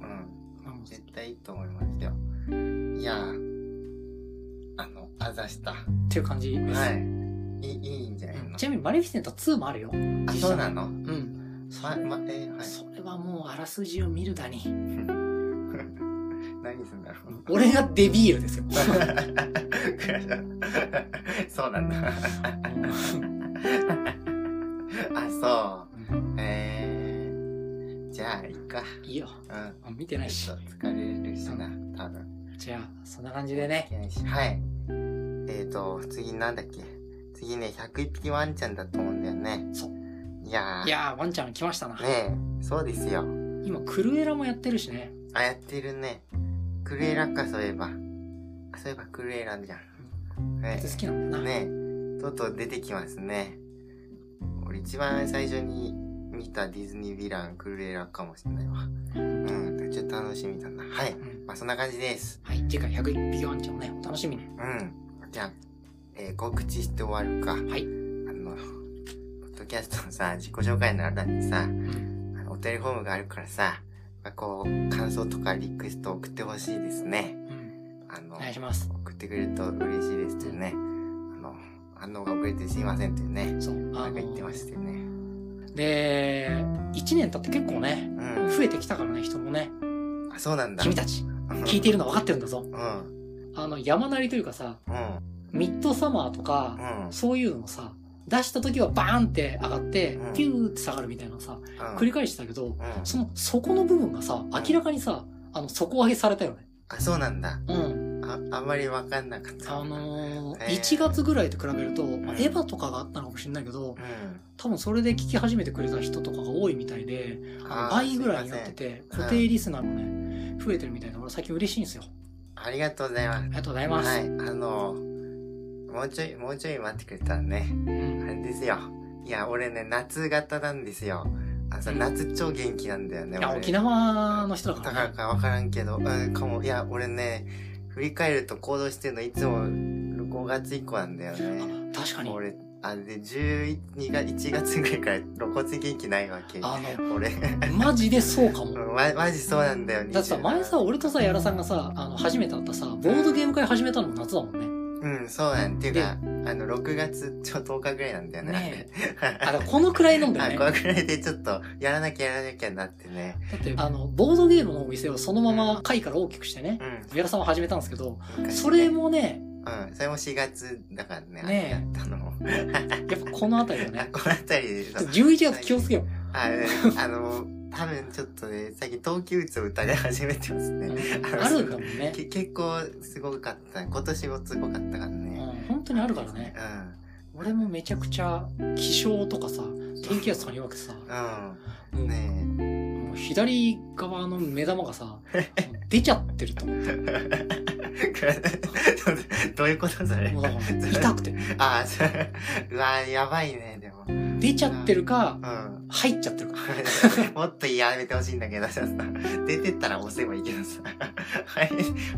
Speaker 2: なので
Speaker 1: 絶対いいと思いますよ。いやあの、あざした。は
Speaker 2: っていう感じです。
Speaker 1: い。いい、いいんじゃない
Speaker 2: うん
Speaker 1: の
Speaker 2: ちなみに、マレフィセント2もあるよ。
Speaker 1: あ、そうなの
Speaker 2: うん。そ
Speaker 1: ま、ま、えー、はい。
Speaker 2: それはもう、あらすじを見るだに。
Speaker 1: <laughs> 何すんだろう。 <laughs>
Speaker 2: 俺がデビールですよ。
Speaker 1: そうなんだ。 <laughs> あ、そう。えー、じゃあ、いいか。
Speaker 2: いいよ。
Speaker 1: うん。
Speaker 2: あ見てないし
Speaker 1: ちょ。っと疲れるしな、多分。
Speaker 2: じゃあ、そんな感じでね。
Speaker 1: はい。えっ、ー、と、次なんだっけ次ね、101匹ワンちゃんだと思うんだよね。
Speaker 2: そう。
Speaker 1: いやー。
Speaker 2: いやー、ワンちゃん来ましたな。
Speaker 1: ねえ、そうですよ。
Speaker 2: 今、クルエラもやってるしね。
Speaker 1: あ、やってるね。クルエラか、そういえば。あ、そういえばクルエラじゃん。ね
Speaker 2: 別に好きなんだよな。
Speaker 1: ねえ、とうとう出てきますね。俺一番最初に見たディズニーヴィラン、クルエラかもしれないわ。うん、ちょっと楽しみだな。はい。
Speaker 2: うん
Speaker 1: まあそんな感じです。
Speaker 2: はい、次回101匹ワンちゃんをね、お楽しみに。
Speaker 1: うん。じゃあ、えー告知して終わるか。
Speaker 2: はい
Speaker 1: あの、ポッドキャストのさ、自己紹介の間にさ、
Speaker 2: うん
Speaker 1: あのお便りフォームがあるからさ、まあ、こう、感想とかリクエスト送ってほしいですね。
Speaker 2: うん
Speaker 1: あの、
Speaker 2: お願いします。
Speaker 1: 送ってくれると嬉しいですというね。あの、反応が遅れてすいませんというね。
Speaker 2: そう、
Speaker 1: な
Speaker 2: あ
Speaker 1: ん
Speaker 2: の
Speaker 1: か言ってましたよね。
Speaker 2: で、1年経って結構ね、
Speaker 1: う
Speaker 2: 増えてきたからね、人もね、
Speaker 1: ん。あ、そうなんだ。
Speaker 2: 君たち、聞いているの分かってるんだぞ。
Speaker 1: うん。
Speaker 2: あの、山なりというかさ、
Speaker 1: うん。
Speaker 2: ミッドサマーとか
Speaker 1: う、ん。
Speaker 2: そういうのをさ、出した時はバーンって上がって
Speaker 1: うん、
Speaker 2: ピューって下がるみたいなのさ、繰り返してたけど、
Speaker 1: うん。
Speaker 2: その底の部分がさ、明らかにさ、あの、底上げされたよね。
Speaker 1: あ、そうなんだ。
Speaker 2: うん。
Speaker 1: あ、あんまりわかんなかった。
Speaker 2: あのー
Speaker 1: えー
Speaker 2: 1月ぐらいと比べると、ま
Speaker 1: う
Speaker 2: あ
Speaker 1: ん
Speaker 2: エヴァとかがあったのかもしれないけ
Speaker 1: う、
Speaker 2: ど
Speaker 1: ん。
Speaker 2: 多分それで聞き始めてくれた人とかが多いみたいで、あの
Speaker 1: あー
Speaker 2: 倍ぐらいになってて、
Speaker 1: すいません
Speaker 2: 固定リスナーもね、増えてるみたいで、俺最近嬉しいんですよ。
Speaker 1: ありがとうございます
Speaker 2: あ。りがとうございます。
Speaker 1: はい、あの、もうちょい、もうちょい待ってくれたらね、
Speaker 2: う
Speaker 1: あ
Speaker 2: ん
Speaker 1: れですよ。いや、俺ね、夏型なんですよ。あ、そう
Speaker 2: うん
Speaker 1: 夏超元気なんだよね、
Speaker 2: いや、
Speaker 1: 俺
Speaker 2: 沖縄の人だ
Speaker 1: だ
Speaker 2: か
Speaker 1: からら
Speaker 2: ね。
Speaker 1: かわからんけど、うん、かも。いや、俺ね、振り返ると行動してるのいつも5月以降なんだよね。
Speaker 2: あ確かに。
Speaker 1: 俺、あ、で、12月、1月ぐらいから露骨に元気ないわけ。
Speaker 2: あ
Speaker 1: 俺、 <laughs>
Speaker 2: の、マジでそうかも。
Speaker 1: ま、マジそうなんだよね。
Speaker 2: だってさ、前さ、俺とさ、やらさんがさ、あの、初めて会ったさ、ボードゲーム会始めたのも夏だもん
Speaker 1: うん、そうなん。ていうか、あの、6月ちょ10日ぐらいなんだよ
Speaker 2: ね。
Speaker 1: ね。
Speaker 2: ね
Speaker 1: <laughs>
Speaker 2: え。あ、だからこのくらいなんだ
Speaker 1: あ、
Speaker 2: よね。
Speaker 1: こ
Speaker 2: だ
Speaker 1: れくらいでちょっと、やらなきゃやらなきゃなってね。
Speaker 2: って、あの、ボードゲームのお店をそのまま会から大きくしてね、
Speaker 1: う
Speaker 2: やらさんは始めたんですけど、
Speaker 1: ん。
Speaker 2: それ
Speaker 1: も。
Speaker 2: もね、
Speaker 1: うん、それも4月だからね、
Speaker 2: ねえ
Speaker 1: あれやったのも。
Speaker 2: やっぱこのあたりだ
Speaker 1: あ、 <laughs>
Speaker 2: ね。
Speaker 1: この辺りで
Speaker 2: ち
Speaker 1: さ
Speaker 2: ょっと、11月気をつけよ
Speaker 1: あねあの、多分ちょっとね、最近投球打つを疑い始めてます
Speaker 2: う。
Speaker 1: ね。
Speaker 2: うんあるんだもん
Speaker 1: <laughs>
Speaker 2: ね。
Speaker 1: け結構すごかった。今年もすごかったから
Speaker 2: うん
Speaker 1: ね。
Speaker 2: 本当にあるからね
Speaker 1: う。ん。
Speaker 2: 俺もめちゃくちゃ気象とかさ、天気圧とかに弱くてさ、
Speaker 1: う
Speaker 2: も
Speaker 1: ん。
Speaker 2: う
Speaker 1: ねえ。
Speaker 2: もう左側の目玉がさ、
Speaker 1: <laughs>
Speaker 2: もう出ちゃってると思って。
Speaker 1: どういうことそれ
Speaker 2: もう
Speaker 1: <laughs>
Speaker 2: だから痛くて。
Speaker 1: あそれうわやばいね、でも。う
Speaker 2: 出ちゃってるか、
Speaker 1: ん。 <laughs>
Speaker 2: 入っちゃってるか。
Speaker 1: もっとやめてほしいんだけどさ、出てったら押せばいいけどさ、 <laughs> 入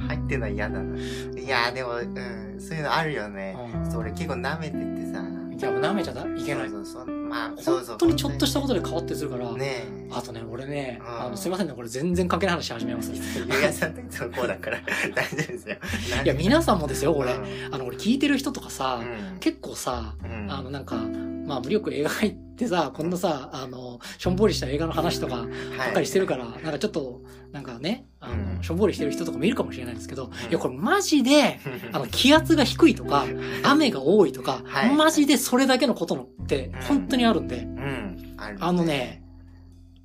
Speaker 1: 入ってんのは嫌だな。いやでも、うん、そういうのあるよね。
Speaker 2: うん
Speaker 1: それ結構舐めてってさ、
Speaker 2: いや、もう舐めちゃだいけない。
Speaker 1: そうそうそうまあ、そうそう
Speaker 2: 本当にちょっとしたことで変わってするから、
Speaker 1: ね
Speaker 2: あとね、俺ね、
Speaker 1: うん
Speaker 2: あの、すいませんね、これ全然関係ない話始
Speaker 1: <laughs>
Speaker 2: めます。い
Speaker 1: え。ゆうやさんといつもこうだから大丈夫ですよ。
Speaker 2: や、皆さんもですよ、
Speaker 1: こ
Speaker 2: 俺
Speaker 1: れ。
Speaker 2: あの、俺聞いてる人とかさ、結構さ、
Speaker 1: うん
Speaker 2: あの、なんか、まあ、無力映画館行ってさ、こんなさ、あの、しょんぼりした映画の話とかばっかりしてるから、なんかちょっと、なんかね、あの、
Speaker 1: うん
Speaker 2: しょんぼりしてる人とかもいるかもしれないんですけ
Speaker 1: ん
Speaker 2: ど、いや、これマジで、あの、気圧が低いとか、雨が多いとか、
Speaker 1: はい
Speaker 2: マジでそれだけのことのって
Speaker 1: うん、
Speaker 2: 本当にあるんで、
Speaker 1: うん、ある
Speaker 2: あの、ね、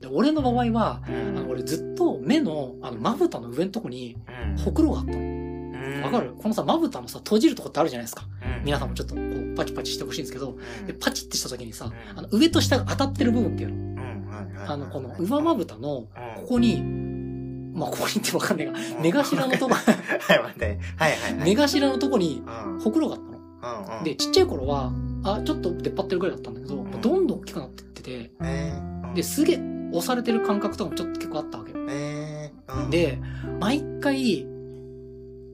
Speaker 2: で俺の場合は、
Speaker 1: う
Speaker 2: あ
Speaker 1: ん
Speaker 2: の俺ずっと目の、あの、まぶたの上のとこに、ほくろがあったの。
Speaker 1: うん
Speaker 2: わかるこのさ、まぶたのさ、閉じるとこってあるじゃないですか。
Speaker 1: うん
Speaker 2: 皆さんもちょっと、こう、パチパチしてほしいんですけど、
Speaker 1: うん
Speaker 2: で、パチってした時にさ
Speaker 1: う、ん
Speaker 2: あの、上と下が当たってる部分っていうの。
Speaker 1: うんはいはい
Speaker 2: あの、この、ウマまぶたの、こ
Speaker 1: こ
Speaker 2: こに、まあ、ここにってわかんないが、目頭のとこ、
Speaker 1: はい、待って。はいはいはい。
Speaker 2: 目頭のとこに、
Speaker 1: うん、うん
Speaker 2: ほくろがあったの。
Speaker 1: うん。
Speaker 2: で、、ちっちゃい頃は、あ、ちょっと出っ張ってるぐらいだったんだけど、
Speaker 1: ん
Speaker 2: どんどん大きくなってってて、
Speaker 1: えー、
Speaker 2: で、、すげえ押されてる感覚とかもちょっと結構あったわけ。
Speaker 1: えー、うん、
Speaker 2: で、毎回、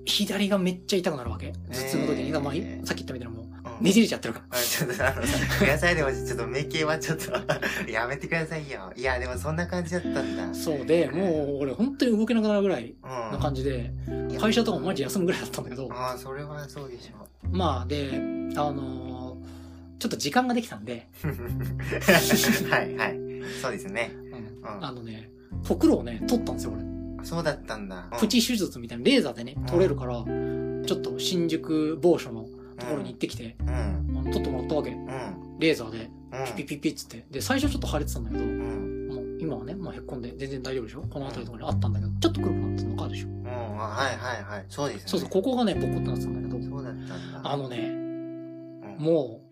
Speaker 2: 左がめっちゃ痛くなるわけ。頭痛の時に。
Speaker 1: えー
Speaker 2: まあ、さっき言ったみたいなも
Speaker 1: うん、
Speaker 2: う、ねじれちゃってるから。
Speaker 1: あちょっとあのさ、くださいでもちょっと名形はちょっとやめてくださいよ。いや、でもそんな感じだったんだ。
Speaker 2: そうで、もう俺本当に動けなくなるぐらい
Speaker 1: うん。
Speaker 2: の感じで、会社とかもマジ休むぐらいだったんだけど、
Speaker 1: ああ、それはそうでし
Speaker 2: <laughs>
Speaker 1: ょ
Speaker 2: まあで、あのーちょっと時間ができたんで、
Speaker 1: う。 <laughs> はいはい。そうですね。
Speaker 2: うん
Speaker 1: うん
Speaker 2: あのね、ほくろをね、取ったんですよ、俺。
Speaker 1: そうだったんだ。
Speaker 2: プチ手術みたいな、レーザーでね、取れるから、ちょっと新宿某所のところに行ってきて、
Speaker 1: うん。うん。
Speaker 2: あの取ってもらったわけ。
Speaker 1: うん。
Speaker 2: レーザーで、
Speaker 1: うん。
Speaker 2: ピピピッつって。で、最初ちょっと腫れてたんだけど、
Speaker 1: うん。
Speaker 2: もう今はね、もうへっこんで全然大丈夫でしょこの辺りとかにあったんだけど、ちょっと黒くなってたのかでしょ
Speaker 1: うん。あはいはいはい。そうですね。
Speaker 2: そうそう、ここがね、ボコってなってたんだけど、
Speaker 1: そうだったんだ。
Speaker 2: あのね、
Speaker 1: うん、
Speaker 2: もう、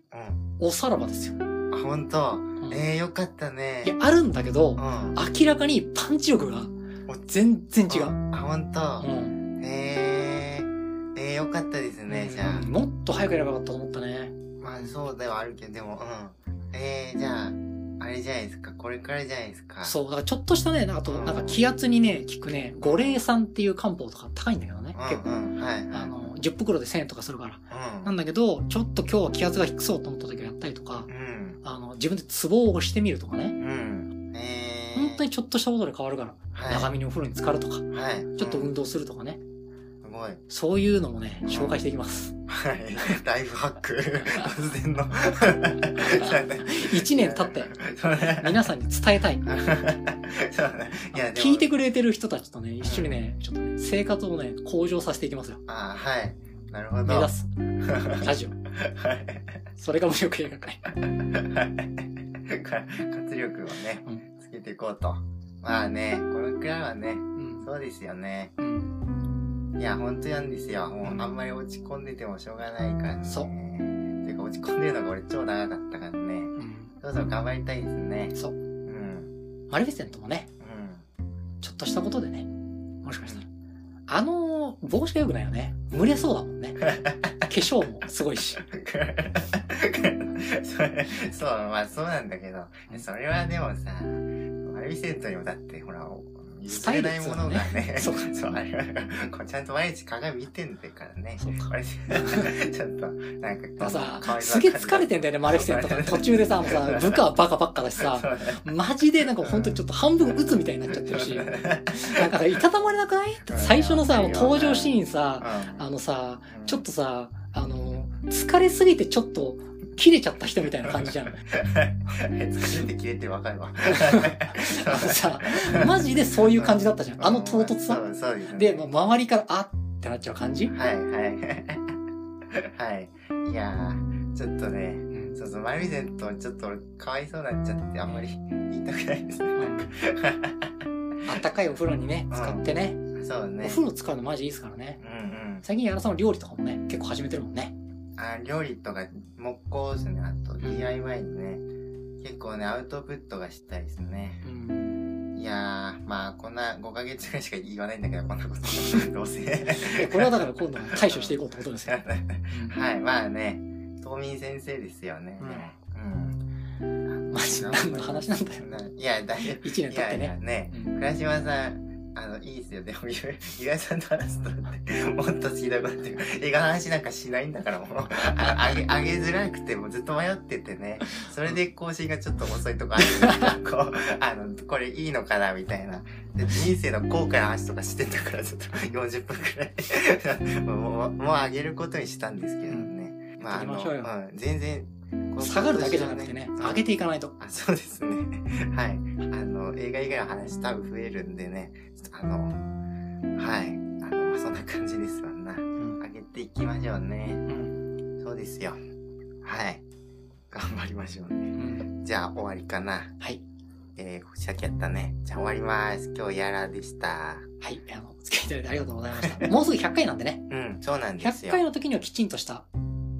Speaker 2: おさらばですよ。
Speaker 1: うん。あ、ほんと。
Speaker 2: うん
Speaker 1: えー、よかったね
Speaker 2: い。や、あるんだけど
Speaker 1: う、ん。
Speaker 2: 明らかにパンチ力が
Speaker 1: お
Speaker 2: 全然違う。
Speaker 1: あ、ほん
Speaker 2: う
Speaker 1: と。
Speaker 2: ん。
Speaker 1: えー、えー、よかったですね、じゃあ
Speaker 2: うん。もっと早くやればよかったと思ったね。
Speaker 1: まあそうではあるけど、でも、うん。えー、じゃあ、あれじゃないですか、これからじゃないですか。
Speaker 2: そう、だからちょっとしたね、なんかと、
Speaker 1: うん
Speaker 2: なんか気圧にね、効くね、五苓散っていう漢方とか高いんだけどね、結
Speaker 1: う
Speaker 2: 構。
Speaker 1: んうん、はい、
Speaker 2: あ
Speaker 1: はい。
Speaker 2: の、10袋で1000円とかするから。
Speaker 1: うん。
Speaker 2: なんだけど、ちょっと今日は気圧が低そうと思った時はやったりとか
Speaker 1: う、ん。
Speaker 2: あの、自分でツボを押してみるとかね。
Speaker 1: うん。えー、
Speaker 2: 本当にちょっとしたことで変わるから。
Speaker 1: はい、
Speaker 2: 長めにお風呂に浸かるとか、
Speaker 1: はい。
Speaker 2: ちょっと
Speaker 1: うん
Speaker 2: 運動するとかね。
Speaker 1: すごい。
Speaker 2: そういうのもね、紹介していきます。
Speaker 1: はい。 <laughs> ライフハック。突然の。
Speaker 2: <laughs> 1年経って、
Speaker 1: そうね。
Speaker 2: 皆さんに伝えたい。
Speaker 1: そうね。いや、でも
Speaker 2: 聞いてくれてる人たちとね、一緒にね、ちょっとね、生活をね、向上させていきますよ。
Speaker 1: あーはい。なるほど。
Speaker 2: 目指す。ラジオ。
Speaker 1: はい。 <laughs>
Speaker 2: それが無力映画界。
Speaker 1: はいか活力をね
Speaker 2: う、
Speaker 1: つけていこうと。まあね、これくらいはね、
Speaker 2: うん。
Speaker 1: そうですよね。
Speaker 2: うん。
Speaker 1: いや、本当なんですよ。もう、あんまり落ち込んでてもしょうがないからね。
Speaker 2: そう
Speaker 1: ていうか、落ち込んでるのが俺超長かったからね。
Speaker 2: うん。
Speaker 1: そろそろ頑張りたいですね。。
Speaker 2: そううんマルフィセントもね、ちょっとしたことでね、もしかしたら。あのー、帽子が良くないよね。蒸れそうだもん <laughs> ね。化粧もすごいし。
Speaker 1: うん。それ、そう、まあそうなんだけど、それはでもさ、アルビセントにもだって、ほら、譲れないものがね、
Speaker 2: スタイルっつう
Speaker 1: そ
Speaker 2: のね
Speaker 1: う、あれは、こうちゃんと毎日鏡見てんだからね。
Speaker 2: そうか
Speaker 1: あれちょっと、なんか、
Speaker 2: ださ
Speaker 1: かわ、いそ
Speaker 2: す
Speaker 1: う
Speaker 2: げえ
Speaker 1: な感じ
Speaker 2: 疲れてんだよね、マルフィセントが。途中でさ、もう <laughs> さ、部下はバカばっかだしさ
Speaker 1: そ、うね
Speaker 2: マジでなんかほんとちょっと半分鬱みたいになっちゃってるし。なんかさいたたまれなくないって最初のさ、登場シーンさ、あのさ、ちょっとさ、あの、疲れすぎてちょっと切れちゃった人みたいな感じじゃ <laughs> ん。
Speaker 1: <laughs> 疲れて切れてわかるわ。
Speaker 2: <laughs> あのさ、マジでそういう感じだったじゃん。あの唐突さ。
Speaker 1: そうそうですね。
Speaker 2: で、もう周りから、あってなっちゃう感じ
Speaker 1: はいはい。はい。いやー、ちょっとね、
Speaker 2: うん
Speaker 1: そうそう、マルゼント、ちょっと俺、かわいそうになっちゃって、あんまり言いたくないですね。
Speaker 2: あったかいお風呂にね、使ってね。
Speaker 1: <laughs> そう
Speaker 2: お
Speaker 1: ね。
Speaker 2: 風呂使うのマジいいですからね
Speaker 1: う。んうん。
Speaker 2: 最近、矢田さんの料理とかもね、結構始めてるもんね。
Speaker 1: あ、料理とか、木工ですね。あと、
Speaker 2: ん
Speaker 1: DIY にね、結構ね、アウトプットがしたいですね。
Speaker 2: うん。
Speaker 1: <laughs> いやー、まあ、こんな5ヶ月ぐらいしか言わないんだけど、こんなこと。どうせ。 <laughs>
Speaker 2: でこれはだから今度は対処していこうってことですよ。うん
Speaker 1: はい、まあね、冬眠先生ですよね。
Speaker 2: うん
Speaker 1: でもうん。
Speaker 2: マジ何の話なんだよ。
Speaker 1: な。いや、だいぶ、
Speaker 2: 一年
Speaker 1: い
Speaker 2: 経っ
Speaker 1: や
Speaker 2: て
Speaker 1: いや
Speaker 2: ね。
Speaker 1: ね、
Speaker 2: うん
Speaker 1: 倉島さん、あの、いいですよ。で <laughs> も、ゆゆらさんと話すと、もっとひどくなってくる映画の話なんかしないんだから、もう、ああげ、あげづらくて、もうずっと迷っててね、それで更新がちょっと遅いとかあるんだけどこう、あの、これいいのかな、みたいな。で人生の後悔の話とかしてたから、ちょっと40分くらい <laughs> もう、もうあげることにしたんですけどね。まあ、あ
Speaker 2: や
Speaker 1: の、
Speaker 2: っていきましょ
Speaker 1: うん、全然、この
Speaker 2: 下がるだけじゃなくてね、上げていかないと。
Speaker 1: あそうですね。 <laughs> はい。あの、映画以外の話多分増えるんでね、ちょっとあの、はい。あの、まあ、そんな感じですわな。上げていきましょうね。
Speaker 2: うん
Speaker 1: そうですよ。はい。頑張りましょう
Speaker 2: う
Speaker 1: ね。
Speaker 2: ん
Speaker 1: じゃあ、終わりかな。
Speaker 2: はい。
Speaker 1: えー、さっきやったね。じゃあ終わります。今日やらでした。
Speaker 2: はい。あの、お付き合いいただいてありがとうございました。 <laughs> もうすぐ100回なんでね。
Speaker 1: うん、そうなんです
Speaker 2: 100
Speaker 1: よ。
Speaker 2: 回の時にはきちんとした、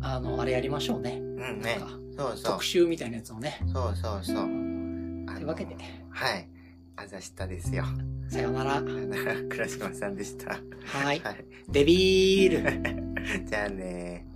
Speaker 2: あの、あれやりましょうね。
Speaker 1: うん
Speaker 2: な
Speaker 1: ね
Speaker 2: ん。か、
Speaker 1: そうそう
Speaker 2: 特。集みたいなやつをね。
Speaker 1: そうそうそう。あ
Speaker 2: という
Speaker 1: の
Speaker 2: わけでね。
Speaker 1: はい。あざしたですよ。 <laughs>
Speaker 2: さようなら。
Speaker 1: 倉島さんでした。
Speaker 2: はい。
Speaker 1: はい。
Speaker 2: デビール。
Speaker 1: じゃあねー。